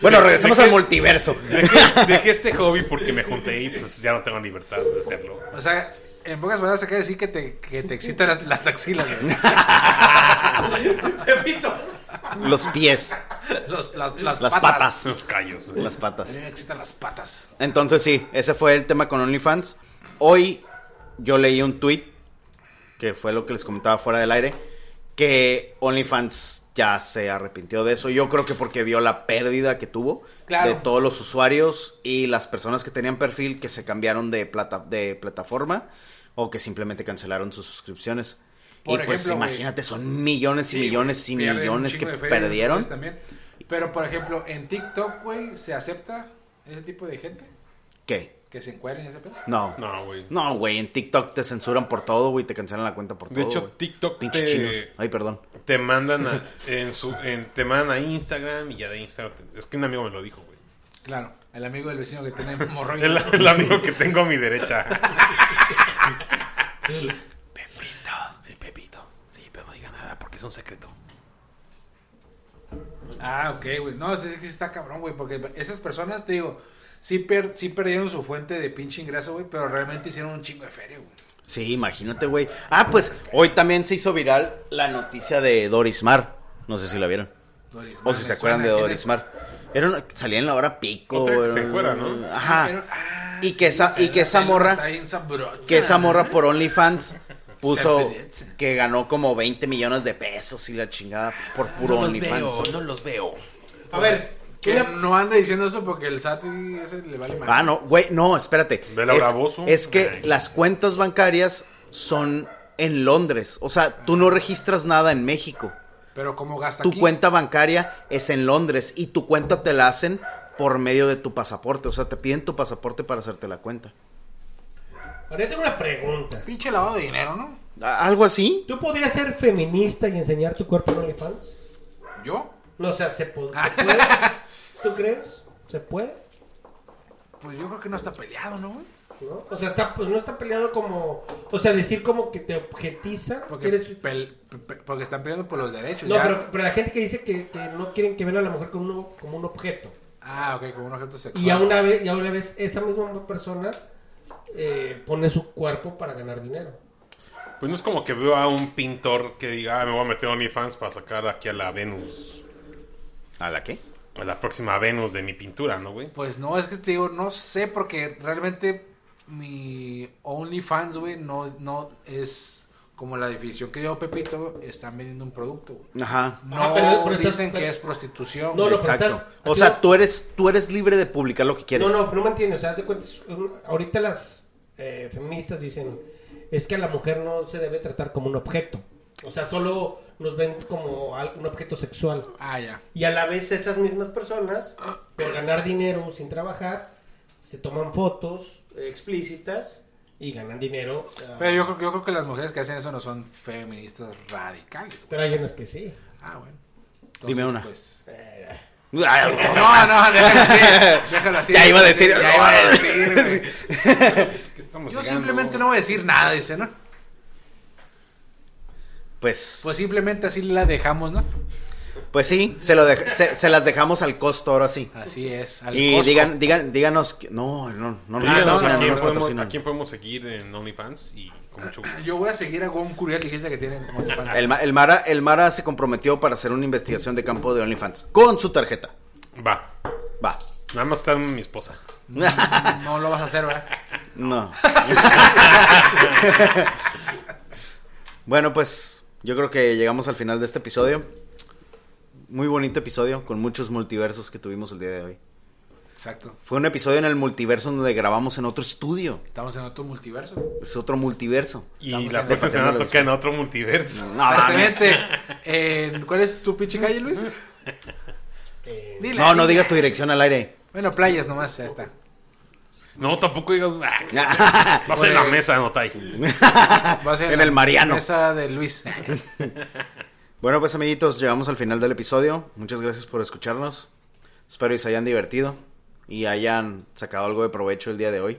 [SPEAKER 3] Bueno, regresamos
[SPEAKER 1] ¿De qué-
[SPEAKER 3] al multiverso.
[SPEAKER 1] Dejé, dejé este hobby porque me junté y pues ya no tengo libertad de hacerlo.
[SPEAKER 4] O sea, en pocas palabras se quiere decir que te, que te excitan las, las axilas, güey.
[SPEAKER 1] Repito.
[SPEAKER 3] Los pies,
[SPEAKER 4] Los- las, las
[SPEAKER 3] las
[SPEAKER 4] patas.
[SPEAKER 3] patas.
[SPEAKER 1] Los callos.
[SPEAKER 3] Las
[SPEAKER 4] A
[SPEAKER 3] patas.
[SPEAKER 4] mí me excitan las patas.
[SPEAKER 3] Entonces sí, ese fue el tema con OnlyFans. Hoy yo leí un tweet que fue lo que les comentaba fuera del aire, que OnlyFans ya se arrepintió de eso. Yo creo que porque vio la pérdida que tuvo
[SPEAKER 4] Claro.
[SPEAKER 3] de todos los usuarios y las personas que tenían perfil que se cambiaron de, plata, de plataforma o que simplemente cancelaron sus suscripciones.
[SPEAKER 4] Por
[SPEAKER 3] y pues
[SPEAKER 4] ejemplo, güey.
[SPEAKER 3] imagínate, son millones y
[SPEAKER 4] Sí,
[SPEAKER 3] millones
[SPEAKER 4] güey,
[SPEAKER 3] y
[SPEAKER 4] pierden un
[SPEAKER 3] millones que
[SPEAKER 4] chingo de feria en esos
[SPEAKER 3] perdieron.
[SPEAKER 4] güeyes También. Pero, por ejemplo, en TikTok, güey, ¿se acepta ese tipo de gente?
[SPEAKER 3] ¿Qué?
[SPEAKER 4] Que se encuadren en ese pedo.
[SPEAKER 3] No.
[SPEAKER 1] No, güey.
[SPEAKER 3] No, güey, en TikTok te censuran por todo, güey, te cancelan la cuenta por
[SPEAKER 1] De
[SPEAKER 3] todo.
[SPEAKER 1] hecho,
[SPEAKER 3] güey.
[SPEAKER 1] TikTok
[SPEAKER 3] Pinches
[SPEAKER 1] te-
[SPEAKER 3] chinos. Ay, perdón.
[SPEAKER 1] Te mandan a, en su, en- te mandan a Instagram y ya de Instagram. te- es que un amigo me lo dijo, güey.
[SPEAKER 4] Claro, el amigo del vecino que tiene
[SPEAKER 1] El,
[SPEAKER 4] hemorroides.
[SPEAKER 1] el amigo que tengo a mi derecha. Pepito. El Pepito. Sí, pero no diga nada porque es un secreto.
[SPEAKER 4] Ah, ok, güey. No, es que sí está cabrón, güey, porque esas personas, te digo, sí, per- sí perdieron su fuente de pinche ingreso, güey, pero realmente hicieron un chingo de feria, güey.
[SPEAKER 3] Sí, imagínate, güey. Ah, pues hoy también se hizo viral la noticia de Doris Mar. No sé si la vieron.
[SPEAKER 4] Doris
[SPEAKER 3] O
[SPEAKER 4] Mar,
[SPEAKER 3] si
[SPEAKER 4] me
[SPEAKER 3] se acuerdan de
[SPEAKER 4] suena, ¿quién
[SPEAKER 3] Doris
[SPEAKER 4] es?
[SPEAKER 3] Mar. Era una- salía en la hora pico.
[SPEAKER 1] Otra que se
[SPEAKER 3] era-
[SPEAKER 1] encuera, ¿no?
[SPEAKER 3] Ajá.
[SPEAKER 4] Pero- ah,
[SPEAKER 3] y que esa, y
[SPEAKER 4] Selena-
[SPEAKER 3] que esa
[SPEAKER 4] Selena
[SPEAKER 3] morra,
[SPEAKER 4] está bien sabrosa.
[SPEAKER 3] que esa morra por OnlyFans puso
[SPEAKER 4] Sabrosa.
[SPEAKER 3] que ganó como 20 millones de pesos y la chingada por puro OnlyFans.
[SPEAKER 2] no los veo.
[SPEAKER 5] A ver,
[SPEAKER 3] pues,
[SPEAKER 4] Que
[SPEAKER 5] una-
[SPEAKER 4] no anda diciendo eso porque el SAT sí, ese le vale más.
[SPEAKER 3] Ah, no, güey, no, espérate.
[SPEAKER 1] Vela
[SPEAKER 3] es,
[SPEAKER 1] Bravoso.
[SPEAKER 3] es que
[SPEAKER 1] Ay.
[SPEAKER 3] las cuentas bancarias son en Londres. O sea, tú no registras nada en México.
[SPEAKER 4] Pero como gasta
[SPEAKER 3] tu
[SPEAKER 4] aquí.
[SPEAKER 3] cuenta bancaria es en Londres y tu cuenta te la hacen por medio de tu pasaporte. O sea, te piden tu pasaporte para hacerte la cuenta.
[SPEAKER 5] ahora yo tengo una pregunta.
[SPEAKER 4] Pinche lavado de dinero, ¿no?
[SPEAKER 3] A- ¿Algo así?
[SPEAKER 5] ¿Tú podrías ser feminista y enseñar tu cuerpo en OnlyFans?
[SPEAKER 4] ¿Yo?
[SPEAKER 5] No, o sea, ¿se po- se puede? ¿Tú crees? ¿Se puede?
[SPEAKER 4] Pues yo creo que no está peleado, ¿no, güey?
[SPEAKER 5] ¿No? O sea, está, pues, no está peleado como... O sea, decir como que te objetiza.
[SPEAKER 4] Porque,
[SPEAKER 5] que eres-
[SPEAKER 4] pel- pe- pe- porque están peleando por los derechos.
[SPEAKER 5] No,
[SPEAKER 4] ya.
[SPEAKER 5] pero, pero la gente que dice que, que no quieren que vean a la mujer como un, como un objeto.
[SPEAKER 4] Ah, ok, como un objeto sexual.
[SPEAKER 5] Y a una vez, y a una vez esa misma persona eh, pone su cuerpo para ganar dinero.
[SPEAKER 1] Pues no es como que veo a un pintor que diga, ah, me voy a meter a OnlyFans para sacar aquí a la Venus.
[SPEAKER 3] ¿A la qué?
[SPEAKER 1] A la próxima Venus de mi pintura, ¿no, güey?
[SPEAKER 4] Pues no, es que te digo, no sé, porque realmente mi OnlyFans, güey, no, no es como la definición que dio Pepito, están vendiendo un producto, güey.
[SPEAKER 3] Ajá.
[SPEAKER 4] No
[SPEAKER 5] Ah, pero- pero estás-
[SPEAKER 4] dicen que
[SPEAKER 5] pero-
[SPEAKER 4] es prostitución.
[SPEAKER 5] No,
[SPEAKER 4] güey.
[SPEAKER 5] no, pero
[SPEAKER 3] Exacto.
[SPEAKER 5] estás-
[SPEAKER 3] O sea, tú eres, tú eres libre de publicar lo que quieres.
[SPEAKER 5] No, no, pero no me entiendes. O sea, haz de cuenta, es un- ahorita las eh, feministas dicen, es que a la mujer no se debe tratar como un objeto. O sea, solo nos ven como al- un objeto sexual.
[SPEAKER 4] Ah, ya.
[SPEAKER 5] Y a la vez esas mismas personas, por ganar dinero sin trabajar, se toman fotos explícitas y ganan dinero. eh,
[SPEAKER 4] Pero yo creo, yo creo que las mujeres que hacen eso no son feministas radicales, güey.
[SPEAKER 5] pero hay unas que sí.
[SPEAKER 4] Ah, bueno. Entonces,
[SPEAKER 3] Dime una.
[SPEAKER 4] pues-
[SPEAKER 5] Eh,
[SPEAKER 4] No, no, déjalo así. Déjalo así.
[SPEAKER 3] Ya iba a decir-
[SPEAKER 4] Ya iba a decir, güey.
[SPEAKER 1] ¿Qué estamos
[SPEAKER 4] Yo
[SPEAKER 1] llegando?
[SPEAKER 4] simplemente no voy a decir nada, dice, ¿no?
[SPEAKER 3] Pues, pues,
[SPEAKER 4] Pues simplemente así la dejamos, ¿no?
[SPEAKER 3] sí, se, lo dej- se, se las dejamos al costo ahora sí.
[SPEAKER 4] Así es. al
[SPEAKER 3] Y
[SPEAKER 4] Costco. Ah,
[SPEAKER 3] digan, digan, díganos que- no, no, Ah, no, nos
[SPEAKER 1] Díganos a,
[SPEAKER 3] patrocinan, no
[SPEAKER 1] quién
[SPEAKER 3] nos
[SPEAKER 1] podemos,
[SPEAKER 3] patrocinan.
[SPEAKER 1] a quién podemos seguir en OnlyFans y con mucho gusto.
[SPEAKER 4] Yo voy a seguir a Gon Curiel, dijiste que tiene.
[SPEAKER 3] El, Ma- el Mara, el Mara se comprometió para hacer una investigación de campo de OnlyFans con su tarjeta.
[SPEAKER 1] Va.
[SPEAKER 3] Va.
[SPEAKER 1] Nada más está mi esposa.
[SPEAKER 4] No lo vas a hacer, ¿verdad?
[SPEAKER 3] No. bueno, pues yo creo que llegamos al final de este episodio. Muy bonito episodio con muchos multiversos que tuvimos el día de hoy.
[SPEAKER 4] Exacto.
[SPEAKER 3] Fue un episodio en el multiverso donde grabamos en otro estudio.
[SPEAKER 4] Estamos en otro multiverso.
[SPEAKER 3] Es otro multiverso.
[SPEAKER 1] Y
[SPEAKER 4] Estamos
[SPEAKER 1] la
[SPEAKER 4] en-
[SPEAKER 1] próxima semana toca
[SPEAKER 3] departiendo
[SPEAKER 1] en otro multiverso.
[SPEAKER 3] No, mames.
[SPEAKER 4] Exactamente. En- ¿Cuál es tu pinche calle, Luis? Dile,
[SPEAKER 3] no, no
[SPEAKER 4] dile.
[SPEAKER 3] digas tu dirección al aire.
[SPEAKER 4] Bueno, playas nomás, ya está.
[SPEAKER 1] No, tampoco digas. "Ah, Va a ser en la
[SPEAKER 4] Oye.
[SPEAKER 1] mesa, no Tai.
[SPEAKER 4] Va a ser
[SPEAKER 3] En
[SPEAKER 4] la
[SPEAKER 3] el Mariano.
[SPEAKER 4] Mesa de Luis.
[SPEAKER 3] Bueno, pues amiguitos, llegamos al final del episodio. Muchas gracias por escucharnos. Espero que se hayan divertido y hayan sacado algo de provecho el día de hoy.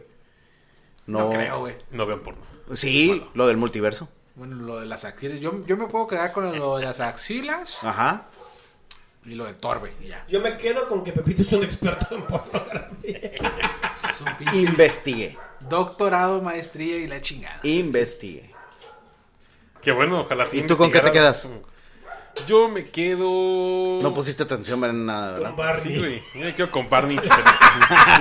[SPEAKER 4] No creo, güey.
[SPEAKER 1] No vean porno.
[SPEAKER 3] Sí, lo del multiverso.
[SPEAKER 4] Bueno, lo de las axilas. Yo, yo me puedo quedar con lo de las axilas
[SPEAKER 3] Ajá.
[SPEAKER 4] y lo del torbe. y ya.
[SPEAKER 5] Yo me quedo con que Pepito es un experto en pornografía.
[SPEAKER 4] Es un pinche
[SPEAKER 3] Investigue.
[SPEAKER 4] doctorado, maestría y la chingada.
[SPEAKER 3] Investigue.
[SPEAKER 1] Que bueno, ojalá sí.
[SPEAKER 3] ¿Y tú con qué te
[SPEAKER 1] investigaras.
[SPEAKER 3] quedas?
[SPEAKER 1] Yo me quedo.
[SPEAKER 3] No pues pusiste atención en nada,
[SPEAKER 5] Con
[SPEAKER 3] ¿verdad?
[SPEAKER 1] Sí,
[SPEAKER 5] Barney.
[SPEAKER 1] güey. Yo me quedo con Barney. y su película.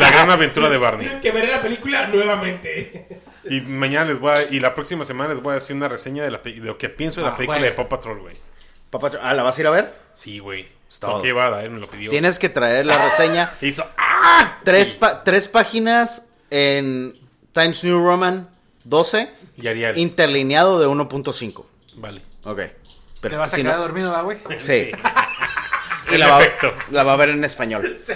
[SPEAKER 1] la gran aventura de Barney.
[SPEAKER 5] que veré la película nuevamente.
[SPEAKER 1] Y mañana les voy a. Y la próxima semana les voy a hacer una reseña de, la pe- de lo que pienso de la
[SPEAKER 4] Ah,
[SPEAKER 1] película
[SPEAKER 4] güey.
[SPEAKER 1] de Paw Patrol, güey.
[SPEAKER 3] Papacho, ah, ¿la vas a ir a ver?
[SPEAKER 1] Sí, güey.
[SPEAKER 3] todo.
[SPEAKER 1] Lo que iba a dar, eh, me lo pidió.
[SPEAKER 3] Tienes que traer la reseña.
[SPEAKER 1] Hizo. ¡Ah!
[SPEAKER 3] Tres, pa- tres páginas en Times New Roman 12,
[SPEAKER 1] Y Ariel.
[SPEAKER 3] interlineado de 1.5.
[SPEAKER 1] Vale.
[SPEAKER 3] Ok.
[SPEAKER 4] Te vas a
[SPEAKER 3] si
[SPEAKER 4] quedar
[SPEAKER 3] no-
[SPEAKER 4] dormido, ¿va, güey?
[SPEAKER 3] Sí. y
[SPEAKER 1] En
[SPEAKER 3] la va,
[SPEAKER 1] efecto.
[SPEAKER 3] la va a ver en español. Sí,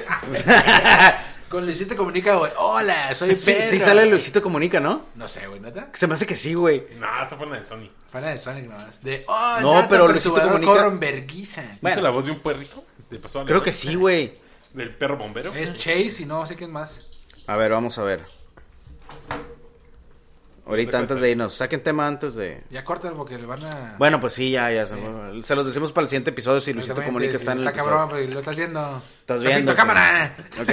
[SPEAKER 4] Con Luisito Comunica, güey. Hola, soy Pedro.
[SPEAKER 3] sí sale Luisito Comunica, ¿no?
[SPEAKER 4] No sé, güey, ¿neta?
[SPEAKER 3] Se me hace que sí, güey.
[SPEAKER 1] No, esa fue una de Sony.
[SPEAKER 4] Fan de Sonic nomás. De, oh,
[SPEAKER 3] No,
[SPEAKER 4] no,
[SPEAKER 3] pero
[SPEAKER 4] pero
[SPEAKER 3] Luisito
[SPEAKER 4] Luisito Comunica...
[SPEAKER 3] Comunica-
[SPEAKER 4] Corro en verguiza.
[SPEAKER 3] Bueno.
[SPEAKER 1] ¿Hizo la voz de un perrito? ¿De pasó a la
[SPEAKER 3] Creo
[SPEAKER 1] voz?
[SPEAKER 3] que sí, güey.
[SPEAKER 1] ¿Del perro bombero?
[SPEAKER 4] Es Chase y no sé quién más.
[SPEAKER 3] A ver, vamos a ver. Ahorita
[SPEAKER 1] Saca-
[SPEAKER 3] antes de irnos, saquen tema antes de...
[SPEAKER 4] Ya cortan porque le van a...
[SPEAKER 3] Bueno, pues sí, ya, ya. Se, se los decimos para el siguiente episodio si Luisito Comunica está en el
[SPEAKER 4] Está cabrón,
[SPEAKER 3] episodio.
[SPEAKER 4] pues, lo estás viendo.
[SPEAKER 3] Estás
[SPEAKER 4] Repito,
[SPEAKER 3] viendo.
[SPEAKER 4] cámara.
[SPEAKER 3] Ok.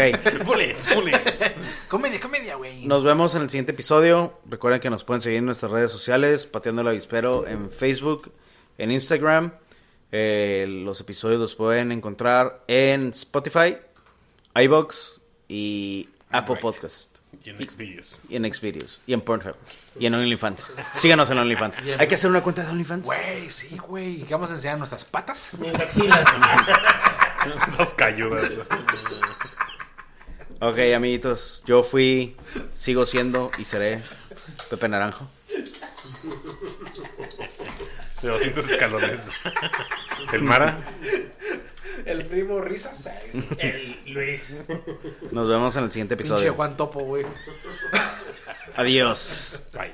[SPEAKER 1] Bullets, bullets.
[SPEAKER 4] Comedia, comedia, güey.
[SPEAKER 3] Nos vemos en el siguiente episodio. Recuerden que nos pueden seguir en nuestras redes sociales, Pateando el Avispero, en Facebook, en Instagram. Eh, los episodios los pueden encontrar en Spotify, iBox y Apple
[SPEAKER 4] Android.
[SPEAKER 3] Podcast.
[SPEAKER 1] y en Xvideos.
[SPEAKER 3] Y en Xvideos. Y en Pornhub. Y en OnlyFans. Síganos en OnlyFans.
[SPEAKER 4] Bien.
[SPEAKER 3] Hay que hacer una cuenta de OnlyFans.
[SPEAKER 4] Güey, sí, güey. ¿Qué vamos a enseñar nuestras patas?
[SPEAKER 5] Mis axilas.
[SPEAKER 1] Dos cayudas.
[SPEAKER 3] Ok, amiguitos. Yo fui, sigo siendo y seré Pepe Naranjo.
[SPEAKER 1] De 200 escalones. El Mara.
[SPEAKER 4] El primo risas.
[SPEAKER 5] El Luis.
[SPEAKER 3] Nos vemos en el siguiente
[SPEAKER 4] Pinche
[SPEAKER 3] episodio.
[SPEAKER 4] Juan Topo, güey.
[SPEAKER 3] Adiós.
[SPEAKER 1] Bye.